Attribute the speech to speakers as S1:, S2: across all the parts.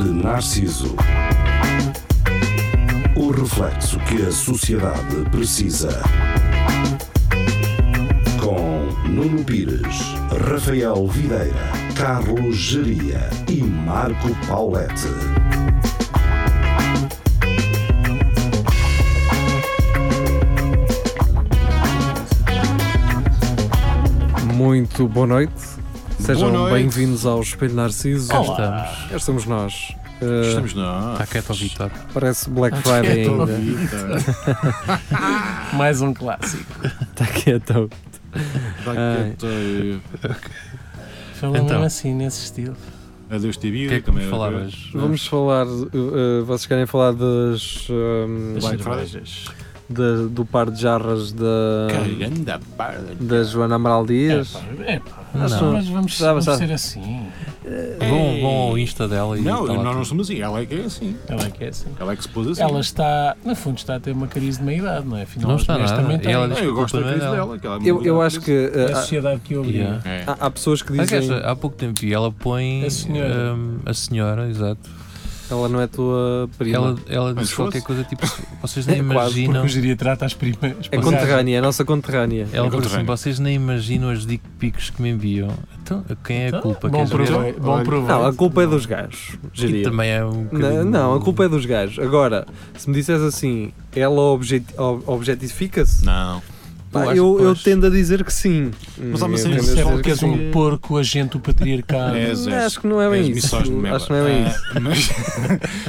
S1: Narciso. O reflexo que a sociedade precisa. Com Nuno Pires, Rafael Videira, Carlos Geria e Marco Paulette.
S2: Muito boa noite. Sejam
S3: noite.
S2: bem-vindos ao Espelho Narciso. Cá
S4: Olá.
S2: estamos. Cá estamos nós. Uh,
S3: Estamos é nós. Tá
S5: Tá
S4: Está quieto ao Vitor.
S2: Parece Black Friday
S3: Estou
S2: ainda.
S3: vivo.
S4: Mais um clássico.
S2: Está Tá quieto.
S3: Está
S2: Ai.
S3: quieto. eh,
S4: Falou
S5: Então.
S4: mesmo assim, nesse estilo.
S3: Adeus, TV.
S5: O que é que
S3: também
S5: me
S3: adeus.
S5: falavas?
S2: Vamos falar. uh, uh, vocês querem falar das, um,
S4: Das
S3: Black Friday.
S5: Ah.
S4: cervejas.
S2: da- do par de jarras da,
S3: Carregando a parda.
S2: da Joana Amaral
S4: É,
S2: Dias?
S4: pá, é, pá.
S2: Não.
S4: Mas vamos, vamos
S2: Já, já.
S4: ser assim.
S5: Vão, vão ao Insta dela e.
S3: Não,
S5: tá lá
S3: nós não
S5: tudo.
S3: somos assim. Ela é que é assim.
S4: Ela é que é assim.
S3: Ela é que se pôs assim.
S4: Ela está, no fundo, está a ter uma crise de meia-idade, não é? Afinal,
S5: Não
S4: as
S5: está
S4: mulheres
S5: nada.
S4: também têm.
S5: Ela
S3: Não,
S5: diz-
S3: eu gosto da
S5: Desculpa,
S3: crise
S5: não é
S3: dela. que ela é
S2: Eu, eu
S3: muito
S2: acho que
S4: É a
S2: uh,
S4: sociedade que obriga.
S5: Yeah.
S3: É.
S2: há, há pessoas que
S5: Ah, que
S2: dizem
S5: esta- há pouco tempo vi, ela põe
S4: A senhora.
S5: hum, a senhora, exato.
S2: ela não é tua prima.
S5: Ela, ela
S3: Mas
S5: disse qualquer
S3: fosse.
S5: coisa tipo, se- vocês nem
S2: É quase,
S4: Porque
S5: imaginam.
S4: o geria trata as primas.
S2: é conterrânea, é a nossa conterrânea.
S5: Ela falou assim,
S3: conterrâneo.
S5: vocês nem imaginam as dick pics que me enviam. Então, a quem é a culpa?
S4: Bom
S5: Queres ver?
S4: proveito. Bom
S3: Olha.
S4: proveito.
S2: Não, a culpa é dos gajos.
S5: E
S2: diria.
S5: também é um
S2: Não,
S5: bocadinho-
S2: não, a culpa é dos gajos. Agora, se me disseres assim, ela obje- ob- objetifica-se?
S3: Não.
S2: Pá,
S5: Eu acho
S2: eu,
S5: que
S2: eu
S5: pois.
S2: tendo a dizer que sim.
S3: Mas há uma
S2: Eu tendo a
S3: cena que se
S4: É
S2: dizer
S3: fala
S4: porque és
S2: sim.
S4: um porco, agente do patriarcado.
S3: És, és.
S2: Acho que não é bem
S3: És
S2: isso.
S3: misógino, merda.
S2: Acho que não é bem
S3: Ah,
S2: isso.
S3: Mas,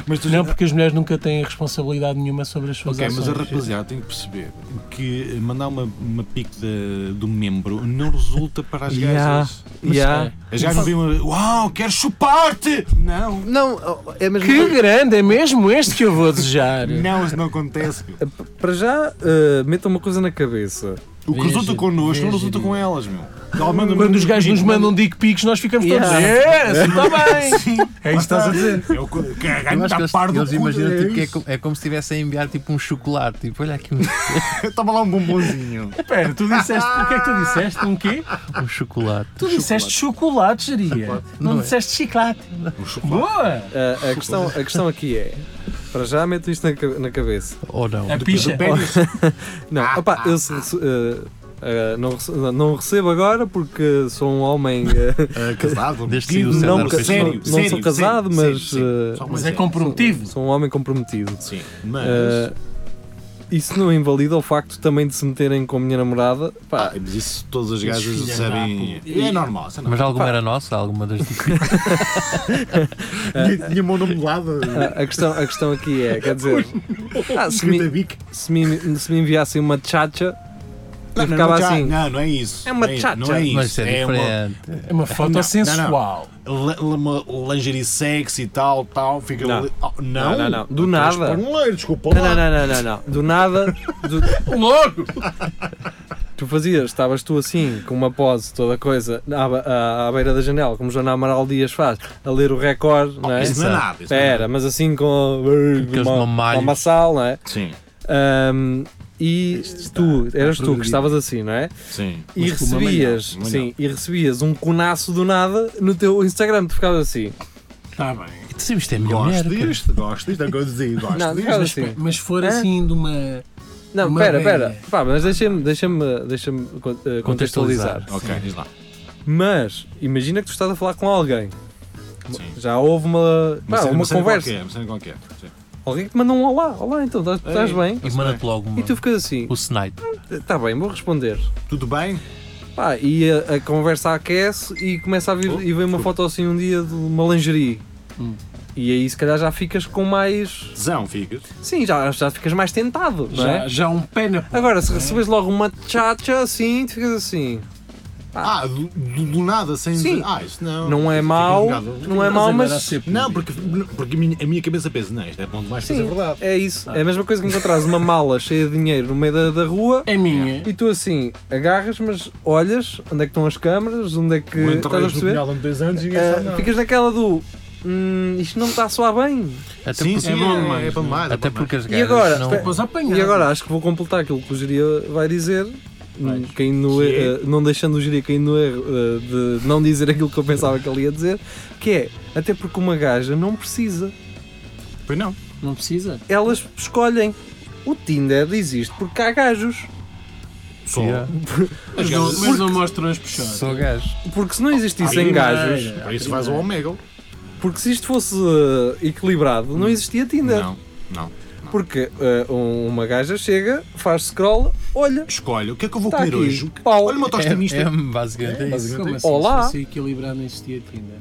S3: mas tu
S4: Não, porque as mulheres nunca têm responsabilidade nenhuma sobre as suas
S3: Ok, é, mas a
S4: ações.
S3: rapaziada tem que perceber que mandar uma, uma pique de- do membro não resulta para as
S2: Yeah.
S3: gajas.
S2: Yeah.
S3: As gajas não veem uma. Uau, quero chupar-te! Não!
S2: Não, é mesmo.
S4: Que grande, é mesmo este que eu vou desejar.
S3: Não, isso não acontece. meu.
S2: Para já, eh, metam uma coisa na cabeça.
S3: O que
S4: Veja,
S3: resulta connosco não
S4: veja,
S3: resulta com elas, meu. Ela manda- um
S4: Quando os gajos nos mandam dick pics, nós ficamos todos. É, está bem.
S3: Sim.
S4: É isso que estás a dizer.
S3: É o que- que
S5: Eu
S3: a
S5: acho que
S3: da
S5: eles,
S3: par do
S5: eles
S3: cu,
S5: imaginam
S3: é
S5: tipo, que é,
S3: isso.
S5: co- é como se estivessem a enviar tipo um chocolate. Tipo, olha aqui um,
S3: Estava lá um bombonzinho.
S4: Espera, tu disseste. O que é que tu disseste? Um quê?
S5: um chocolate.
S4: Tu disseste chocolate, geria. Não,
S5: Não é.
S4: disseste chiclate. Boa!
S2: Eh, a, questão, a questão aqui é. Para já, metam isto na, ca- na cabeça.
S5: Ou não.
S4: A picha.
S2: Não,
S3: Ah,
S2: opá, eu se rece- eh, eh, não, rece- não recebo agora porque sou um homem. eh,
S3: Ah, casado,
S5: Desde
S3: metido,
S5: que saiu o
S3: não,
S5: César
S3: sério,
S2: Não- não
S3: sério,
S2: sou casado,
S3: sério,
S2: mas,
S3: sério,
S2: eh,
S3: Só uma
S4: Mas é
S3: sério.
S4: comprometido.
S2: sou um homem comprometido.
S3: Sim, mas.
S2: Eh, isso não invalida o facto também de se meterem com a minha namorada. Pá,
S3: Ah, mas isso todas as gajas
S4: filhas
S3: sabem.
S4: da
S3: É normal, isso é
S5: Mas
S3: normal.
S5: alguma era nossa? Alguma das dick pics?
S3: Tinha- Tinha mão numerada.
S2: a, a questão, a questão aqui é, quer dizer, ah, se, me,
S3: bica.
S2: se, me, se me enviassem uma chacha, eu
S3: não,
S2: ficava
S3: não,
S2: assim.
S3: Não, não é isso.
S2: É uma
S3: não é,
S2: tchacha.
S3: Não é isso.
S5: Mas isso é
S3: uma-
S5: diferente.
S4: É uma foto
S3: Não,
S4: sensual.
S3: L- uma lingerie sexy e tal, tal, fica
S2: Não.
S3: ali. Oh,
S2: Não, não, não. Do nada.
S3: Então, espera um leiro, desculpa.
S2: Não, não,
S3: lá.
S2: não, não, não, não. Do nada, do-
S3: Um
S4: Louco!
S2: tu fazias, estavas tu assim, com uma pose, toda coisa, à, ba- à, à beira da janela, como Joana Amaral Dias faz, a ler o recorde, não é?
S3: Isso não é nada. isso não é
S2: Espera,
S3: nada.
S2: mas assim com
S5: Aqueles
S2: uma, uma
S5: mamalhos.
S2: maçal, não é?
S3: Sim,
S2: Ahm, e tu, eras tu que
S5: progredir.
S2: estavas assim, não é?
S3: sim.
S2: e
S3: Mas com uma
S2: recebias,
S3: manhã, uma manhã.
S2: sim, e recebias um conaço do nada no teu Instagram, tu ficavas assim.
S4: Está bem.
S5: Tu sabes isto é melhor.
S3: Gosto disto, gosto disto, é o que eu dizia, gosto
S2: Não,
S3: disto.
S2: ficavas assim.
S4: Mas se for
S2: Hã?
S4: assim de uma.
S2: Não,
S4: Uma
S2: espera,
S4: velha.
S2: espera. Pá, mas deixa-me deixa-me deixa-me con- eh, contextualizar.
S5: é Contextualizar.
S3: Ok, diz lá.
S2: Mas imagina que tu estás a falar com alguém.
S3: Sim.
S2: Já houve uma, pá,
S3: cena-
S2: uma
S3: cena
S2: conversa.
S3: Qualquer, é uma cena qualquer. Sim.
S2: Alguém que te manda um olá, olá então, estás, estás
S3: Ei.
S2: bem?
S5: E manda-te logo uma,
S2: E tu ficas assim,
S5: o snipe.
S2: está bem, vou responder.
S3: Tudo bem?
S2: Pá, e a, a conversa aquece e começa a vir
S3: Oh,
S2: e vem uma foto assim um dia de uma lingerie.
S4: Hum.
S2: E aí se calhar já ficas com mais.
S3: Tesão, ficas.
S2: Sim, já, já ficas mais tentado, não é?
S4: Já, já um pé na p.
S2: Agora, se recebes logo uma chacha assim, tu ficas assim.
S3: Ah, do, do- do nada, sem.
S2: Sim.
S3: Ah, isso não.
S2: Não é
S3: Fica
S2: mau,
S3: jogado.
S2: não é mau, mas.
S3: Não, porque, porque a minha- a minha cabeça pensa, não, isto é bom demais, assim, mas é
S2: Sim,
S3: verdade.
S2: é isso. É a mesma coisa que encontrares uma mala cheia de dinheiro no meio da, da rua
S4: É minha.
S2: e tu assim agarras, mas olhas onde é que estão as câmaras, onde é que.
S3: Ou
S2: Estás a
S3: enterras no
S2: perceber?
S3: punhal há dois anos e
S2: Ah,
S3: isso não.
S2: ficas naquela do. Hum, isto não me está a soar bem.
S5: Até
S3: Sim,
S5: porque,
S3: sim,
S4: é bom
S3: é-
S4: demais,
S3: é bom demais, é
S5: até
S3: bom demais.
S5: porque as
S2: E
S5: gajas
S2: agora?
S5: não...
S2: Espera.
S4: Depois apanhar.
S2: E agora acho que vou completar aquilo que o Geria vai dizer. hum, Caindo no
S3: Que
S2: erro, eh, não deixando o Geria cair no erro eh, de não dizer aquilo que eu pensava que ele ia dizer, que é até porque uma gaja não precisa.
S3: Pois não.
S2: Tá
S6: Não precisa.
S2: Elas escolhem. O Tinder existe porque há gajos.
S3: Só.
S5: Yeah.
S6: Mas, não, mas não mostram as puxadas.
S5: Só gajo.
S2: Porque se não existissem
S6: primeira.
S2: gajos,
S3: Para isso
S2: né?
S3: faz o Omega.
S2: porque se isto fosse eh, equilibrado, não existia Tinder.
S3: Não, não.
S2: Porque eh, um- uma gaja chega, faz scroll, olha,
S3: Escolhe. O que é que eu vou
S2: Tá
S3: comer
S2: aqui.
S3: hoje?
S2: Pau.
S3: Olha uma tosta mista.
S5: É, é basicamente é isso.
S6: Como assim?
S2: Olá.
S6: Se fosse equilibrado não existia
S4: né?
S6: Tinder.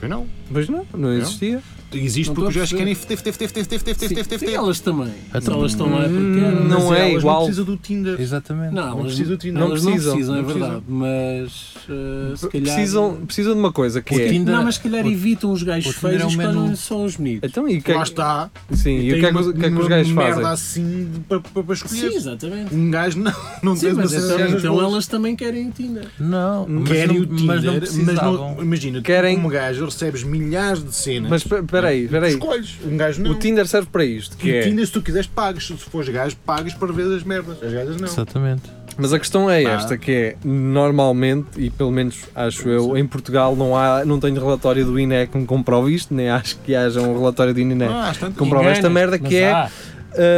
S3: Pois não.
S2: mas não, não existia.
S3: Existe
S6: Não
S3: porque os
S6: estou a
S3: gajos querem fte, fte, fte, fte, fte, fte, fte, fte, fte,
S6: Sim,
S3: fte.
S6: elas também.
S5: Então,
S6: elas estão lá porque
S2: hum,
S6: elas-
S2: não
S3: Mas
S2: é
S3: elas
S2: igual.
S3: Não precisa do Tinder.
S5: Exatamente.
S6: Não,
S3: Não
S6: elas
S3: precisa do Tinder.
S2: Não
S6: elas não
S2: precisam,
S6: precisam, é
S3: não
S6: verdade. Mas eh, se calhar.
S2: Precisam, precisam de uma coisa que
S5: O
S2: é.
S5: Tinder-
S6: Não, mas se calhar
S5: o-
S6: evitam os
S5: o
S6: gajos
S5: Tinder é
S6: feios e
S5: um
S6: escolhem
S5: menu.
S6: só os bonitos.
S2: Então, e o que é
S3: Lá
S2: que-
S3: está.
S2: Sim, e o
S3: tem
S2: que é que
S3: uma-
S2: os- o que é que os
S3: uma
S2: gajos fazem?
S3: merda assim de- para- para para
S6: Sim,
S3: escolher.
S6: exatamente.
S3: Um gajo não, não
S6: Sim,
S3: tem
S6: mas
S3: uma
S6: então,
S3: série de
S6: então
S3: boas.
S6: elas também querem Tinder.
S5: Não, mas
S3: Querem
S5: não,
S3: o Tinder, mas
S5: mas não
S3: não-
S5: precisavam.
S3: imagina,
S2: Querem-
S3: tu como gajo recebes milhares de cenas,
S2: Mas pe- peraí, peraí.
S3: escolhes, um gajo não.
S2: O Tinder serve para isto, que
S3: O
S2: é.
S3: Tinder, se tu quiseres, pagas. Se fores gajo, pagas para ver as merdas. As gajas não.
S5: Exatamente.
S2: Mas a questão é
S3: Ah.
S2: esta, que é normalmente, e pelo menos acho eu, em Portugal não há, não tenho relatório do INE que me comprove isto, nem acho que haja um relatório do INE
S3: Ah, às tantas.
S2: comprova esta
S6: Enganas,
S2: merda que
S6: mas
S2: é
S6: há.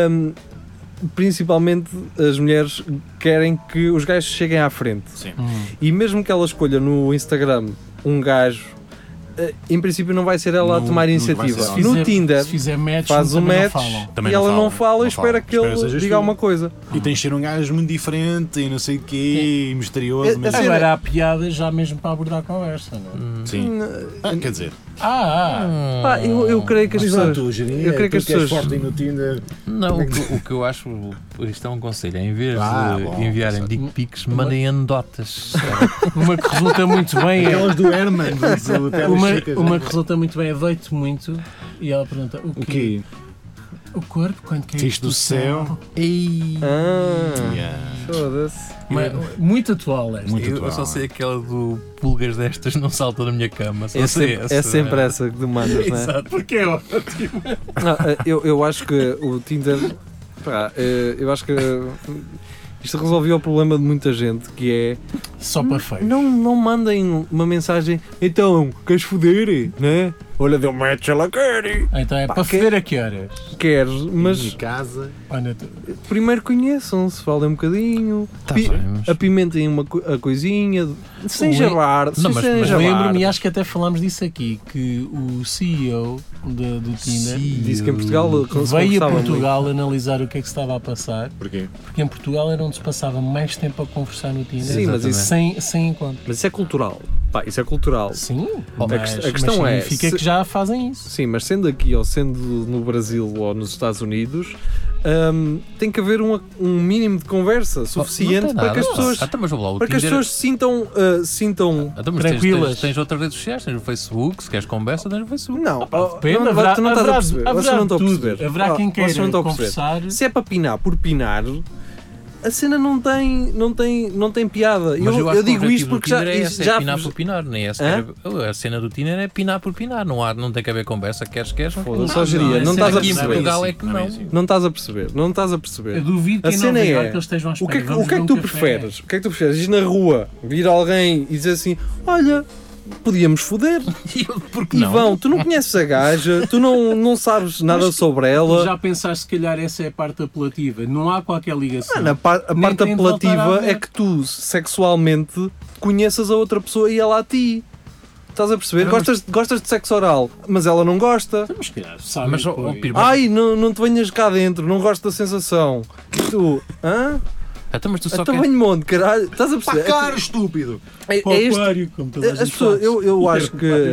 S2: hum, principalmente as mulheres querem que os gajos cheguem à frente
S3: Sim.
S2: e mesmo que ela escolha no Instagram um gajo eh, em princípio não vai ser ela a
S3: Não-
S2: tomar a
S3: não vai
S2: iniciativa
S3: ser
S6: Se
S2: no
S6: fizer-
S2: Tinder
S6: se fizer match,
S2: faz um
S6: também não
S2: match
S6: falam.
S3: Também
S2: e
S3: não
S2: ela
S3: falam,
S2: não fala
S3: não
S2: e espera
S3: falam.
S2: que
S3: Espera,
S2: ele
S3: sejas
S2: diga
S3: tu.
S2: alguma coisa
S3: E tens de ser um gajo muito diferente e não sei o quê, e misterioso.
S2: É-
S3: mas-
S2: é sério.
S6: Agora há piadas já mesmo para abordar a conversa, não é?
S3: Sim.
S2: hum,
S3: Ah, quer dizer,
S6: Ah, ah.
S2: Pá, eu, eu creio que as
S3: diz lá
S2: pessoas
S3: tu, Jeria,
S2: eu creio
S3: tu
S2: que as
S3: és
S2: pessoas-
S3: forte aí no Tinder.
S5: Não, o que, o que eu acho, isto é um conselho, é em vez
S3: Ah,
S5: de
S3: bom,
S5: enviarem
S3: certo.
S5: dick pics, mandem anedotas.
S6: Uma que resulta muito bem é.
S3: Aquelas do Herman, do, do
S6: Uma,
S3: Telechicas,
S6: uma
S3: né?
S6: que resulta muito bem é deito muito e ela pergunta o
S3: O
S6: quê?
S3: quê?
S6: O corpo quando cai
S3: Fiz do céu.
S5: Ei,
S2: ah,
S3: Yeah.
S2: foda-se
S6: Mas, muito atual esta.
S3: Muito
S5: eu, eu
S3: atual,
S5: só sei
S3: é.
S5: aquela do pulgas destas não salta da minha cama. Só
S2: é
S5: sei
S2: sempre,
S5: essa.
S2: é sempre essa que demandas, não é?
S5: Exato.
S6: Porque é ó,
S2: Não, eh, eu, eu acho que o Tinder. pá, eh, eu acho que. eh, Isto resolveu o problema de muita gente, que é.
S6: só para feio.
S2: Não, não mandem uma mensagem. Então, queres foder? Né? Olha, deu match, ela quer.
S6: Ah, Então é
S2: Pá,
S6: para
S2: que-
S6: foder a que horas?
S2: Queres, mas
S3: Minha casa.
S6: Olha, tu-
S2: primeiro conheçam-se, falem um bocadinho,
S5: Tá
S2: pi-
S5: bem, mas-
S2: apimentem uma co- a coisinha, sem
S5: Ui.
S2: jabar, sem
S5: Não, mas-
S2: serem
S5: mas
S2: jabar.
S6: lembro-me, e acho que até falámos disso aqui, que o CEO da- do Tinder
S2: Disse que em Portugal se
S6: veio a
S2: conversava muito.
S6: Portugal analisar o que é que se estava a passar,
S3: Porquê?
S6: porque em Portugal era onde se passava mais tempo a conversar no Tinder
S2: Sim, mas isso-
S6: sem, sem encontro.
S2: Mas isso é cultural. Pá, isso é cultural.
S6: Sim,
S2: a
S6: mas,
S2: quest- a questão
S6: mas
S2: é,
S6: significa
S2: se-
S6: que já fazem isso.
S2: Sim, mas sendo aqui ou sendo no Brasil ou nos Estados Unidos, hum, tem que haver um, um mínimo de conversa
S5: Oh, Não
S2: suficiente
S5: tem
S2: para que as
S5: nada.
S2: pessoas,
S5: Ah, então, mas vamos lá, o
S2: para que as
S5: Tinder-
S2: pessoas se sintam, ah, sintam
S5: Ah, então, mas tens-
S6: tranquilas.
S5: Tens, tens outras redes sociais, tens o Facebook, se queres conversa, tens o Ah, Facebook.
S2: não, oh,
S6: Depende,
S2: não,
S6: haverá-
S2: tu não estás
S6: haverá-
S2: a perceber,
S6: haverá
S2: vocês não estão a
S6: tudo.
S2: perceber.
S6: Haverá
S2: Ah,
S6: quem
S2: vocês não
S6: queira
S2: estão a perceber.
S6: conversar.
S2: Se é para pinar por pinar, a cena não tem, não tem, não tem piada.
S5: Mas
S2: eu
S5: acho
S2: eu
S5: que o
S2: digo
S5: objetivo
S2: isto
S5: do
S2: porque já,
S5: Tinder é,
S2: isto
S5: esse,
S2: já
S5: é pinar por pinar, nem é sequer- a cena do Tinder é pinar por pinar, não, há, não tem que haver conversa, queres, queres, não
S2: Foda-se, ó,
S6: não,
S2: Jeria,
S6: é
S2: não
S6: sempre
S2: estás a
S5: aqui em
S2: perceber.
S5: Portugal
S3: isso.
S5: é que
S3: Não é
S5: não.
S3: isso.
S2: Não estás a perceber, não estás a perceber.
S6: Eu duvido
S2: A
S6: que em
S2: cena
S6: Nova
S2: é-
S6: Iorque eles estejam à
S2: O
S6: espera.
S2: que, é que-
S6: Vamos
S2: o que é
S6: ver
S2: que
S6: um
S2: tu
S6: café.
S2: preferes? O que é que tu preferes? Ir na rua, vir alguém e dizer assim: Olha, podíamos foder.
S5: Porque
S2: E vão, tu não conheces a gaja, tu não, não sabes nada sobre ela.
S6: Já pensaste, se calhar, essa é a parte apelativa. Não há qualquer ligação.
S2: Mano, a, par- a
S6: Nem
S2: parte
S6: tem de voltar a
S2: apelativa
S6: ver.
S2: é que tu sexualmente conheças a outra pessoa e ela a ti. Estás a perceber? Gostas, gostas de sexo oral, mas ela não gosta.
S6: Mas, se calhar, sabem
S5: Ah, Mas, ó, ó,
S6: depois.
S5: Pires, mas-
S2: Ai, não, não te venhas cá dentro, não gosto da sensação. E tu, hã?
S5: Então, mas tu só
S2: Então
S5: queres.
S2: venho-me onde, caralho? Estás a
S3: Pá,
S2: perceber?
S3: cara, estúpido!
S2: É,
S6: Para o
S2: é este
S6: aquário, como toda a
S2: As
S6: gente É
S2: pessoas,
S6: faz.
S2: eu, eu acho que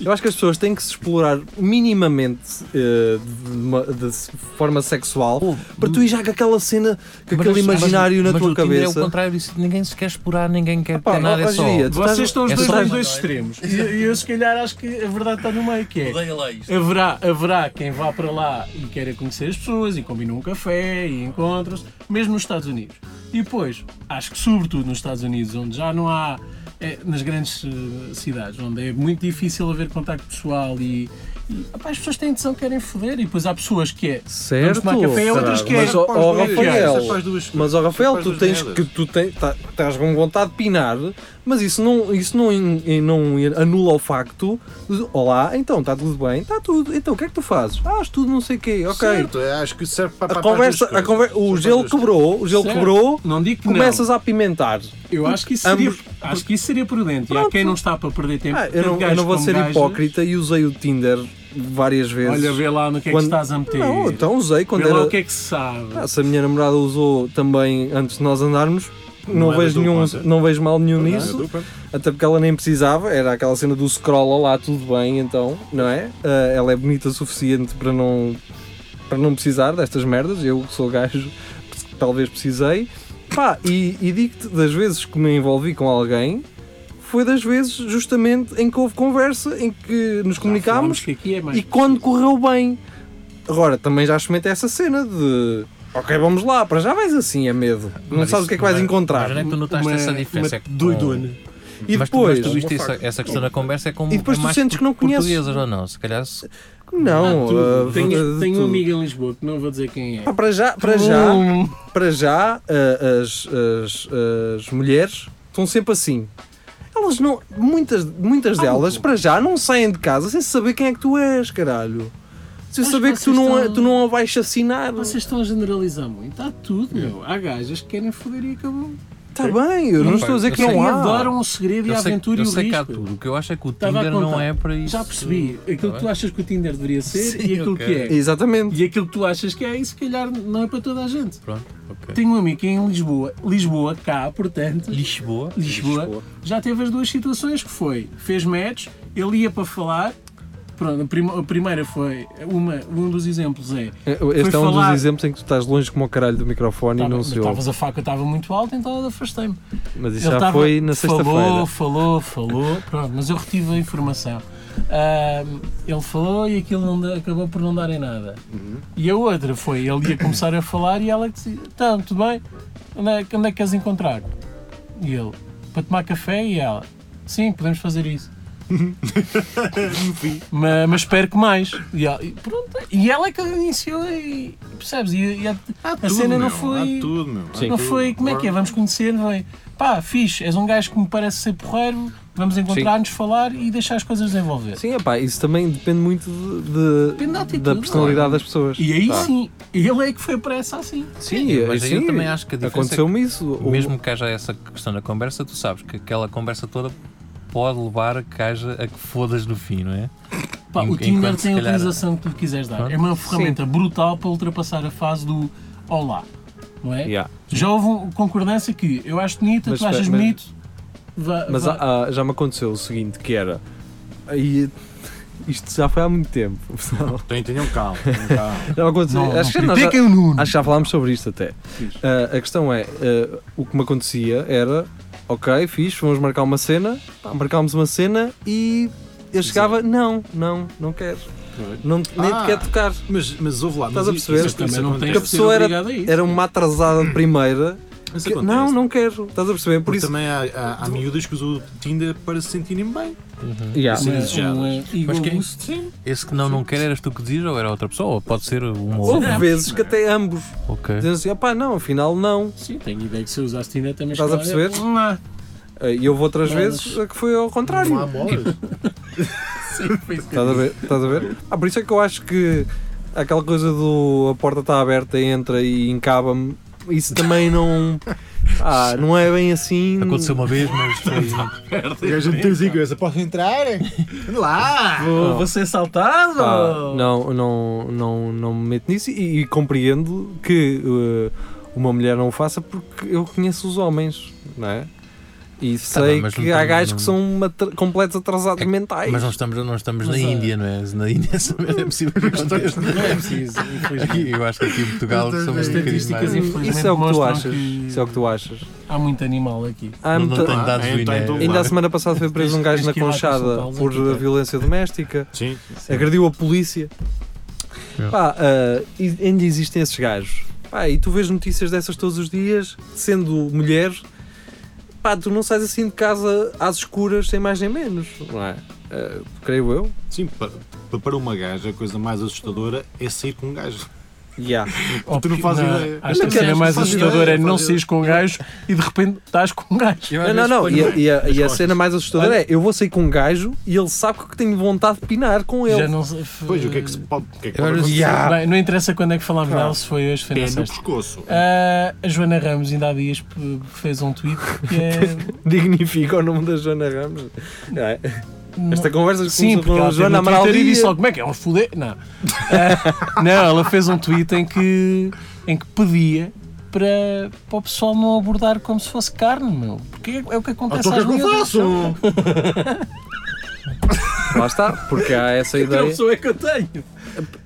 S2: eu acho que as pessoas têm que se explorar minimamente eh, de, uma- de se- forma sexual
S5: Oh,
S2: para tu ir já com aquela cena, com
S5: mas-
S2: aquele imaginário
S5: mas,
S2: na
S5: mas
S2: tua
S5: o Tinder É o
S2: cabeça.
S5: contrário disso, ninguém se quer explorar, ninguém quer
S2: Pá,
S5: ter nada,
S2: ó,
S5: é
S2: ó,
S5: só.
S2: Jeria, tu
S6: Vocês
S2: estás-
S6: estão os
S5: é
S6: dois
S5: só-
S6: nos dois extremos. E e eu, se calhar, acho que a verdade está no meio, que é...
S5: Odeia lá isto.
S6: Haverá, haverá quem vá para lá e queira conhecer as pessoas e combina um café e encontram-se, mesmo nos Estados Unidos. E depois, acho que sobretudo nos Estados Unidos, onde já não há, eh, nas grandes eh, cidades, onde é muito difícil haver contacto pessoal e, E, opá, as pessoas têm intenção que querem foder e depois há pessoas que é.
S2: Certo.
S6: tomar café,
S2: será?
S6: outras que é,
S2: Mas, ó,
S3: pá, os
S2: ó,
S3: dois,
S2: Rafael,
S3: essas faz duas-
S2: mas, ó, Rafael,
S3: faz
S2: tu
S3: duas
S2: tens
S3: merdas.
S2: que tu tens, tá- estás com vontade de pinar, mas isso não, isso não, in- in- não in- anula o facto de, olá, então está tudo bem, está tudo, então o que é que tu fazes? Ah, estudo não sei o quê, ok.
S3: Certo, então, é, acho que serve para.
S2: A conversa, a conver- o gelo quebrou, o gelo
S6: Certo.
S2: quebrou,
S6: Não digo que não.
S2: começas a apimentar.
S6: Eu acho que isso seria,
S2: Ambos-
S6: acho que isso seria prudente. E há
S2: Pronto.
S6: quem não está para perder tempo.
S2: Ah, eu, não,
S6: tanto
S2: eu não
S6: gajos
S2: vou
S6: como
S2: ser
S6: gajas.
S2: hipócrita e usei o Tinder várias vezes.
S6: Olha, vê lá no que é
S2: Quando-
S6: que estás a meter.
S2: Não, então usei quando
S6: vê lá
S2: era.
S6: o que é que se sabe.
S2: Ah, se a minha namorada usou também antes de nós andarmos, não,
S3: Não é
S2: vejo,
S3: da tua
S2: nenhum,
S3: conta.
S2: não vejo mal nenhum
S3: é da
S2: nisso.
S3: tua conta.
S2: Até porque ela nem precisava, era aquela cena do scroll lá, tudo bem, então, não é? Ah, ela é bonita o suficiente para não, para não precisar destas merdas. Eu que sou gajo, talvez precisei. Pá, e, e digo-te, das vezes que me envolvi com alguém, foi das vezes justamente em que houve conversa, em que nos comunicámos
S6: Falamos que aqui é mais
S2: e quando correu bem. Agora, também já experimentei essa cena de. Ok, vamos lá, para já vais assim, é medo. Não
S5: Mas
S2: sabes
S5: isso
S2: o que é que vais
S5: não é-
S2: encontrar.
S5: Mas onde é que tu notaste
S6: uma-
S5: essa diferença? É
S6: uma
S5: com-
S6: doidona.
S2: E
S5: Mas tu- mas
S2: depois.
S5: tu viste essa, essa questão da conversa é como
S2: E depois
S5: é
S2: tu
S5: mais
S2: sentes que não
S5: por-
S2: conheces.
S5: portuguesas ou não, se calhar se-
S2: Não,
S6: Tudo.
S2: ah,
S6: tenho
S2: de
S6: tenho um
S2: tudo.
S6: amigo em Lisboa que não vou dizer quem é. Hum.
S2: Pá, para já, para já, para já ah, as, as, as mulheres estão sempre assim. Elas não. Muitas, muitas delas, para já, não saem de casa sem saber quem é que tu és, caralho. Sem
S6: Acho
S2: saber
S6: que
S2: que tu
S6: vocês
S2: não, a-
S6: estão-
S2: tu não a vais assassinar.
S6: Vocês estão a generalizar muito. Há tudo,
S5: É.
S6: meu. Há gajas que querem foder e acabam.
S2: Está Tá bem, eu não,
S5: Não,
S2: estou a dizer
S5: eu
S2: que
S5: sei-
S2: não
S6: e
S2: há.
S6: adoram o segredo e
S5: eu
S6: a
S5: sei,
S6: aventura
S5: eu
S6: e o
S5: sei que há
S6: risco.
S5: tudo. O que eu acho é que o
S6: Estava a
S5: Tinder não
S6: contar.
S5: é para isso.
S6: Já percebi. Aquilo
S5: Tá
S6: que
S5: bem?
S6: tu achas que o Tinder deveria ser
S5: Sim,
S6: e aquilo
S5: ok.
S6: que é.
S2: Exatamente.
S6: E aquilo que tu achas que é, e se calhar não é para toda a gente.
S5: Pronto, ok.
S6: Tenho um amigo que é em Lisboa, Lisboa, cá, portanto,
S5: Lisboa.
S6: Lisboa, já teve as duas situações que foi, fez match, ele ia para falar, pronto, a, prim- a primeira foi, uma, um dos exemplos é,
S2: Este é um
S6: falar-
S2: dos exemplos em que tu estás longe como o caralho do microfone
S6: tava-
S2: e não
S6: mas
S2: se ouve.
S6: estavas a faca, estava muito alta, então eu afastei-me.
S2: Mas isso
S6: Ele
S2: já
S6: tava-
S2: foi na
S6: Falou,
S2: sexta-feira.
S6: falou, falou, pronto, mas eu retive a informação. Ahm, ele falou e aquilo não da- acabou por não dar em nada. E a outra foi, ele ia começar a falar e ela disse, então, tudo bem, onde é, que- onde é que queres encontrar? E ele, para tomar café e ela, sim, podemos fazer isso. mas, mas espero que mais. E ela, e pronto, e ela é que iniciou e percebes? E, e a, a
S3: Tudo,
S6: cena não
S3: meu,
S6: foi.
S3: Há tudo, meu. há
S2: Sim.
S6: Não
S3: tudo.
S6: foi, como é que é? Vamos conhecer, vem. Pá, fixe, és um gajo que me parece ser porreiro, vamos encontrar-nos, falar e deixar as coisas desenvolver.
S2: Sim, epá, isso também depende muito de- de-
S6: Depende da atitude, é?
S2: da personalidade das pessoas.
S6: E aí
S2: Tá.
S6: sim, ele é que foi para essa assim.
S2: Sim, é
S5: mas aí eu
S2: sim,
S5: também acho que a diferença
S2: Aconteceu-me isso. O-
S5: Mesmo que haja essa questão da conversa, tu sabes que aquela conversa toda pode levar a que haja a que fodas no fim, não é?
S6: Pá, o
S5: Enquanto,
S6: Tinder
S5: se
S6: tem a
S5: calhar-
S6: utilização que tu lhe quiseres dar.
S5: Pronto.
S6: É uma ferramenta brutal para ultrapassar a fase do olá, não é?
S2: Yeah.
S6: Já houve um- concordância que eu acho bonita,
S2: Mas
S6: tu achas
S2: espera, mas-
S6: bonito, vá,
S2: Mas
S6: vá.
S2: há- há- já me aconteceu o seguinte, que era... aí isto já foi há muito tempo, pessoal.
S3: Tem- Tenham calma. tenham calma.
S2: Já me aconteceu.
S6: Não,
S2: acho,
S6: não
S2: que nós já,
S6: critiquem é o Nuno.
S2: acho que já falámos sobre isto até.
S6: Fixe.
S2: Ah, a questão é, ah, o que me acontecia era, ok, fixe, vamos marcar uma cena, pá, marcámos uma cena e eu chegava, não, não, não quero, não, nem
S3: Ah.
S2: te quero tocar.
S3: Mas, mas ouve lá.
S2: Estás a
S3: mas isso-
S2: perceber?
S6: Mas
S3: isso
S6: também não tens
S2: que a
S6: de
S3: acontece.
S6: ser
S2: pessoa era-
S6: obrigado a isso.
S2: Era uma atrasada de primeira,
S3: é- Isso
S2: que,
S3: acontece.
S2: não, não quero, estás a perceber? Por
S3: Porque
S2: isso,
S3: também há, há, há miúdas que usam o Tinder para se sentirem bem.
S2: Yeah.
S3: Sim.
S6: Uma-
S3: desejadas.
S6: uma ego
S5: quem-
S6: boost.
S5: Esse que não, não quer eras tu que dizias ou era outra pessoa? Ou pode ser uma
S2: houve
S5: ou outra.
S2: vezes que até ambos
S5: Ok.
S2: dizem assim, opá, não, afinal não.
S6: Sim, tenho ideia que se usaste Tinder também
S2: Estás a
S6: se calhar,
S2: perceber?
S6: Não.
S2: Ah, E houve outras
S6: Mas-
S2: vezes que foi ao contrário.
S3: modas.
S2: Estás a ver? Estás a ver? Ah, por isso é que eu acho que aquela coisa do a porta está aberta, entra e encaba-me, isso também não. Ah, não é bem assim.
S5: Aconteceu uma vez, mas foi.
S3: E a gente tem segurança. Posso entrar? lá!
S6: Vou, vou ser saltado?
S2: Ah, não, não, não, não me meto nisso e, e compreendo que eh, uma mulher não o faça porque eu conheço os homens, não é? E sei
S5: Tá mas
S2: que
S5: não
S2: há
S5: tem-
S2: gajos
S5: não-
S2: que são atra- completos atrasados
S5: É que-
S2: mentais.
S5: Mas não estamos, não estamos na
S6: Mas, ah,
S2: eh,
S5: Índia, não é? Na Índia essa merda é possível que aconteça.
S6: Não é preciso, infelizmente.
S5: Eu acho que aqui em Portugal somos um
S6: As
S5: bocadinho
S6: estatísticas,
S5: mais.
S6: infelizmente,
S2: Isso é o que tu
S6: mostram
S2: achas. Isso é o que tu achas.
S6: Há muito animal aqui.
S2: Há
S5: Não,
S2: muita-
S5: não tenho dados
S3: Ah,
S5: do
S3: então,
S5: INE.
S3: então vá.
S2: Ainda a semana passada foi preso um gajo
S6: Tens
S2: na
S6: que ir lá
S2: Conchada
S6: consultá-los
S2: por
S6: aqui, tá?
S2: violência doméstica,
S3: Sim.
S2: agrediu a polícia.
S5: Yeah.
S2: Pá, ah, e ainda existem esses gajos. Pá, e tu vês notícias dessas todos os dias, sendo mulher, pá, tu não sais assim de casa às escuras, sem mais nem menos, não é? eh, creio eu.
S3: Sim, pa- pa- para uma gaja a coisa mais assustadora é sair com um gajo.
S2: Yeah.
S6: Ou
S3: Tu não fazes
S6: porque-
S3: ideia.
S6: Acho que a
S2: Não, cara,
S6: cena mais
S2: não fazes
S6: assustadora
S3: ideia,
S6: é
S3: não
S6: não
S3: fazes
S6: saís com um gajo e de repente estás com um gajo.
S2: Não, não, não. E, a- e a, e a cena mais assustadora é: eu vou sair com um gajo e ele sabe que tenho vontade de pinar com ele.
S6: Já não sei.
S3: Pois, o que é que se pode, o que é que
S5: Eu
S3: pode
S5: acho-
S3: acontecer?
S2: Yeah.
S6: Bem, não interessa quando é que falámos dela, se foi hoje, foi na
S3: Pé É, no
S6: sexta.
S3: pescoço.
S6: Ah, a Joana Ramos ainda há dias p- fez um tweet que é.
S2: Dignifica o nome da Joana Ramos. Não é? Esta conversa que
S6: Sim, porque
S2: começou com a
S6: ela
S2: Joana
S6: Joana
S2: Amaral
S6: Twitter e
S2: Dias.
S6: disse logo, como é que é um fuder? Não. Ah, não, ela fez um tweet em que, em que pedia para, para o pessoal não abordar como se fosse carne, meu. Porque é, é o que acontece
S3: Então o que é
S6: às
S3: que eu
S6: miúdas.
S3: faço?
S2: Lá está, porque há essa ideia.
S6: é que eu tenho.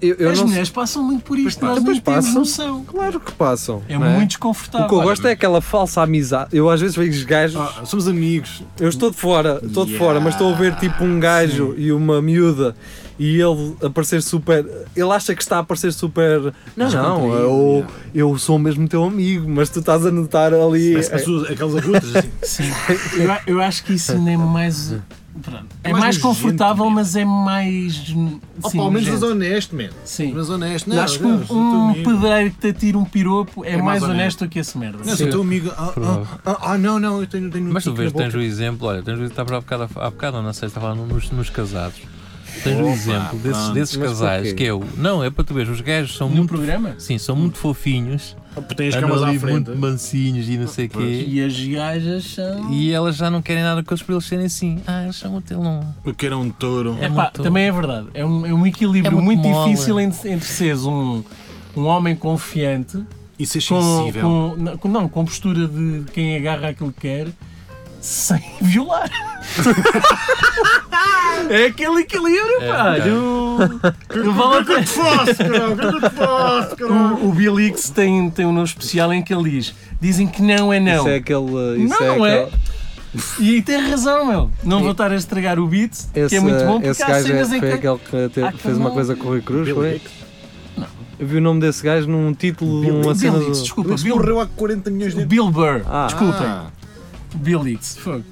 S2: Eu, eu
S6: As
S2: não
S6: mulheres passam muito por isto, nós
S2: pois
S6: não temos
S2: passam.
S6: noção.
S2: Claro que passam.
S6: É
S2: não é? O
S6: muito
S2: que
S6: desconfortável.
S2: eu gosto é aquela falsa amizade. Eu às vezes vejo os gajos.
S3: Ah, somos amigos.
S2: Eu estou de fora, estou de
S3: Yeah,
S2: fora, mas estou a ver tipo um gajo e uma miúda e ele aparecer super. Ele acha que está a aparecer super. Não, não,
S3: Descontraído,
S2: eu,
S3: yeah.
S2: eu sou mesmo teu amigo, mas tu estás a notar ali.
S3: Parece que as suas- aquelas agutas assim.
S6: Sim, eu, a- eu acho que isso ainda é mais. pronto, é
S3: mais
S6: mais,
S3: nojento,
S6: confortável,
S3: mesmo.
S6: mas é mais. Sim,
S3: Opa, ao menos és
S6: nojento.
S3: honesto, man.
S6: Sim.
S3: Mas honesto,
S6: Não,
S3: não.
S6: acho que
S3: não,
S6: um,
S3: sou teu
S6: um
S3: amigo.
S6: pedreiro que te atira um piropo é,
S3: mais
S6: mais, honesto do que esse merda.
S3: Não, sou teu amigo. Ah, ah, ah, ah, não, não, eu tenho, tenho um
S5: Mas tu
S3: tique
S5: vês,
S3: na boca.
S5: tens o exemplo, olha, tens o exemplo, há bocado, há bocado não sei, estava nos, nos casados. Tens o
S3: Opa,
S5: exemplo desses,
S3: pronto.
S5: desses
S2: Mas
S5: casais
S2: porquê?
S5: que eu. Não, é para tu veres, os gajos são
S6: No
S5: muito.
S6: programa?
S5: Sim, são muito fofinhos,
S3: Tens
S5: andam
S3: camas à
S5: ali
S3: frente. é?
S5: muito mansinhos e não sei o quê.
S6: E as gajas são.
S5: E elas já não querem nada com eles para eles serem assim. Ah, eles são o telão.
S3: Porque era um touro.
S6: Epá,
S5: muito-
S6: também é verdade. É um, é um equilíbrio
S5: É muito
S6: muito,
S5: mole.
S6: difícil entre, entre seres um, um homem confiante,
S3: E ser
S6: com,
S3: é sensível.
S6: com- não, com- não, com postura de quem agarra aquilo que quer, sem violar. é aquele equilíbrio, pá.
S5: ok.
S6: Eu, eu valo até-
S3: Fosse, caralho, que eu não te posso, caralho.
S6: O, o Bilix tem, tem um nome especial em que ele diz: dizem que não é não.
S2: Isso é aquele. Isso
S6: Não
S2: é.
S6: é.
S2: aquele-
S6: E aí tem razão, meu. Não vou estar a estragar o beat, que
S2: É. Esse,
S6: é muito bom, porque
S2: esse
S6: há
S2: gajo é-
S6: cenas em
S2: foi
S6: que.
S2: aquele que te-
S6: há que
S2: fez uma
S6: não-
S2: coisa com o Rui Cruz,
S3: Bill
S2: foi?
S3: Hicks.
S2: Eu vi o nome desse gajo num título de uma cena
S6: Bilix,
S2: do.
S6: desculpa,
S3: Mas
S6: Bill,
S3: morreu há 40 milhões de anos.
S6: Bill tá. Burr.
S2: Ah.
S6: Desculpem,
S3: Ah,
S6: Bilix. Fogo.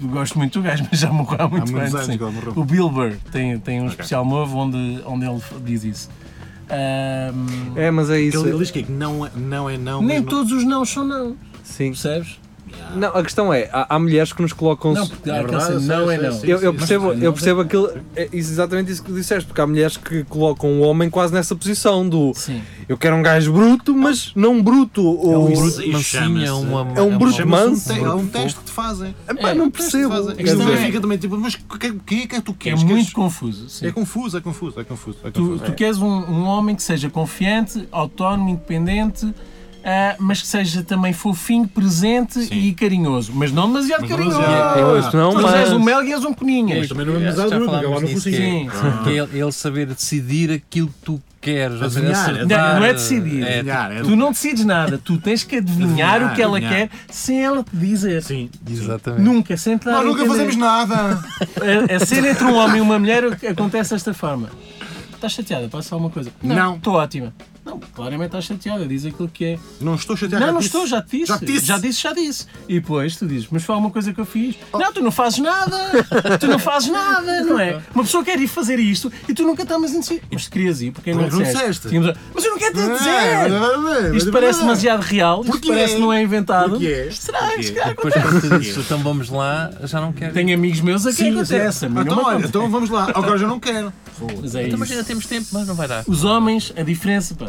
S6: Gosto muito do gajo, mas já morreu há
S3: Há
S6: muito
S3: muitos anos
S6: sim.
S3: que ele morreu.
S6: O Bill Burr tem, tem um especial novo onde, onde ele diz isso. Ahm,
S2: É, mas é isso.
S3: Ele ele diz que é que não é não, é não
S6: nem
S3: mas não-
S6: todos os não são não,
S2: Sim.
S6: percebes?
S2: Não, a questão é, há, há mulheres que nos colocam.
S6: Não, porque há
S3: É
S6: aquela
S3: verdade,
S6: cena,
S3: eu
S6: não
S3: sei,
S6: é
S3: eu
S6: não.
S3: sei,
S2: Eu, eu
S3: Sim,
S2: percilo,
S6: sim.
S2: eu percebo aquilo, é isso- exatamente isso que disseste, porque há mulheres que colocam o homem quase nessa posição do
S6: Sim.
S2: eu quero um gajo bruto, mas não bruto.
S6: É
S2: Ou,
S3: um
S5: Um
S3: bruto.
S5: bruto
S3: Isso
S5: mansinho é
S3: chama-se-
S5: uma.
S2: é um bruto
S5: uma-
S3: Chama-se um te-
S2: manso.
S3: Há um teste que te fazem. um
S2: Epá,
S6: é,
S2: não
S3: Teste que te
S2: percebo.
S3: fazem. A
S2: Quer
S3: questão
S2: dizer,
S3: é- fica também tipo, mas o que, o que é que tu
S6: É
S3: queres?
S6: muito
S3: Queres-
S6: confuso. sim.
S3: É confuso, é confuso, é confuso. É
S6: Tu,
S3: confuso.
S6: tu queres um, um homem que seja confiante, autónomo, independente, ah, mas que seja também fofinho, presente
S3: Sim.
S6: e carinhoso. Mas não demasiado
S3: Mas
S6: carinhoso.
S3: demasiado.
S2: eu acho que não,
S6: Mas és um
S2: mas.
S6: mel e és um coninha.
S3: Mas também não é
S5: Já
S3: amizade,
S5: falámos
S3: porque lá no
S5: nisso,
S3: focinho.
S5: que é-
S6: Sim.
S5: que é ele, ele saber decidir aquilo que tu queres. ou seja,
S3: Adivinhar,
S5: acertar,
S6: não é decidir.
S5: é,
S3: Adivinhar, é-
S6: Tu não decides nada, tu tens que adivinhar
S3: Adivinhar,
S6: o que ela
S3: adivinhar.
S6: quer sem ela te dizer.
S3: Sim,
S5: Exatamente.
S6: Nunca, sem te dar
S3: Nós
S6: a
S3: nunca
S6: entender.
S3: fazemos nada.
S6: A, a cena entre um homem e uma mulher acontece desta forma. Estás chateada? Passa alguma coisa?
S3: Não.
S6: Estou ótima. Não, claramente estás chateada, diz aquilo que é.
S3: Não estou chateado.
S6: Não,
S3: já
S6: não
S3: disse.
S6: estou, já te disse.
S3: Já te disse.
S6: já disse. já disse. E depois tu dizes, mas foi alguma coisa que eu fiz.
S3: Oh.
S6: Não, tu não fazes nada. tu não fazes nada, não é? Uma pessoa quer ir fazer isto e tu nunca estás indeciso. Mas tu querias ir, porque não
S3: Mas não
S6: disseste.
S3: disseste.
S6: Tínhamos- Mas eu não quero te dizer.
S3: É,
S6: Isto parece demasiado real, isto
S3: Porquê?
S6: parece que não é inventado.
S3: Porquê?
S6: Isto Será que
S3: Porquê?
S6: se calhar
S5: Depois quando tu dizes então vamos lá, já não quero.
S6: Tenho amigos meus a quem
S3: Sim,
S6: acontece. a
S2: é
S6: mim não
S3: Então,
S6: me
S3: olha,
S6: acontece.
S3: então vamos lá. Agora já não quero.
S6: Mas é
S5: Então, mas ainda
S6: isso.
S5: temos tempo, mas não vai dar.
S6: Os homens, a diferença, pá,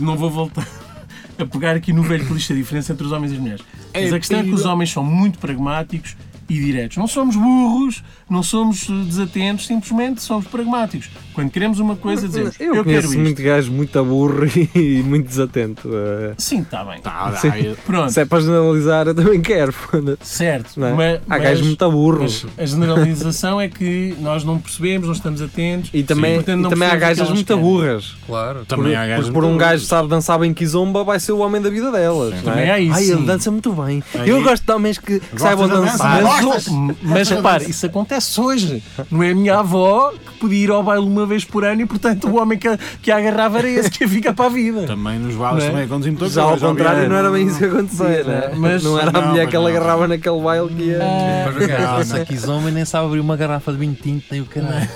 S6: não vou voltar a pegar aqui no velho clichê a diferença entre os homens e as mulheres. Mas a questão é que os homens são muito pragmáticos e diretos. Não somos burros, não somos eh, desatentos, simplesmente somos pragmáticos. Quando queremos uma coisa, dizemos, eu,
S2: Eu
S6: quero
S2: conheço
S6: isto.
S2: muito gajo muito aburro e muito desatento. eh.
S6: Sim, está bem.
S3: Ah,
S2: Sim.
S6: Pronto,
S2: Se é para generalizar, eu também quero. foda-se,
S6: certo.
S2: não é?
S6: mas-
S2: Há
S6: mas-
S2: gajos muito aburros.
S6: mas a generalização é que nós não percebemos, não estamos atentos.
S2: E também,
S6: Sim, portanto,
S2: e
S6: não
S2: também há
S6: percebemos o que é
S2: gajas
S6: elas
S2: muito
S6: querem.
S2: aburras.
S5: Claro.
S3: Também há
S2: Mas
S3: gajos
S2: por um
S3: muito-
S2: gajo que sabe dançar bem kizomba, vai ser o homem da vida delas. Não é?
S6: Também há isso,
S2: Ai, ele
S6: sim.
S2: dança muito bem.
S3: Aí-
S2: Eu gosto de homens que, que
S3: Gostas
S2: saibam
S3: da dança?
S2: dançar.
S3: Ah,
S6: Mas, mas repare, isso acontece hoje. Não é a minha avó que podia ir ao baile uma uma vez por ano e, portanto, o homem que a, que a agarrava era esse que a fica para a vida.
S3: Também nos vales
S6: Não é?
S3: também conduzimos todos.
S2: Já né? ao
S3: nós,
S2: contrário,
S3: obviamente.
S2: não era bem isso que acontecia, né?
S6: Mas-
S2: não era a
S3: Não,
S2: mulher
S3: mas
S2: que ela
S3: não.
S2: agarrava naquele baile que ia.
S6: Ah,
S5: Mas o gajo
S3: Não,
S5: passa
S3: não.
S5: aqui homem nem sabe abrir uma garrafa de vinho tinto nem o caralho.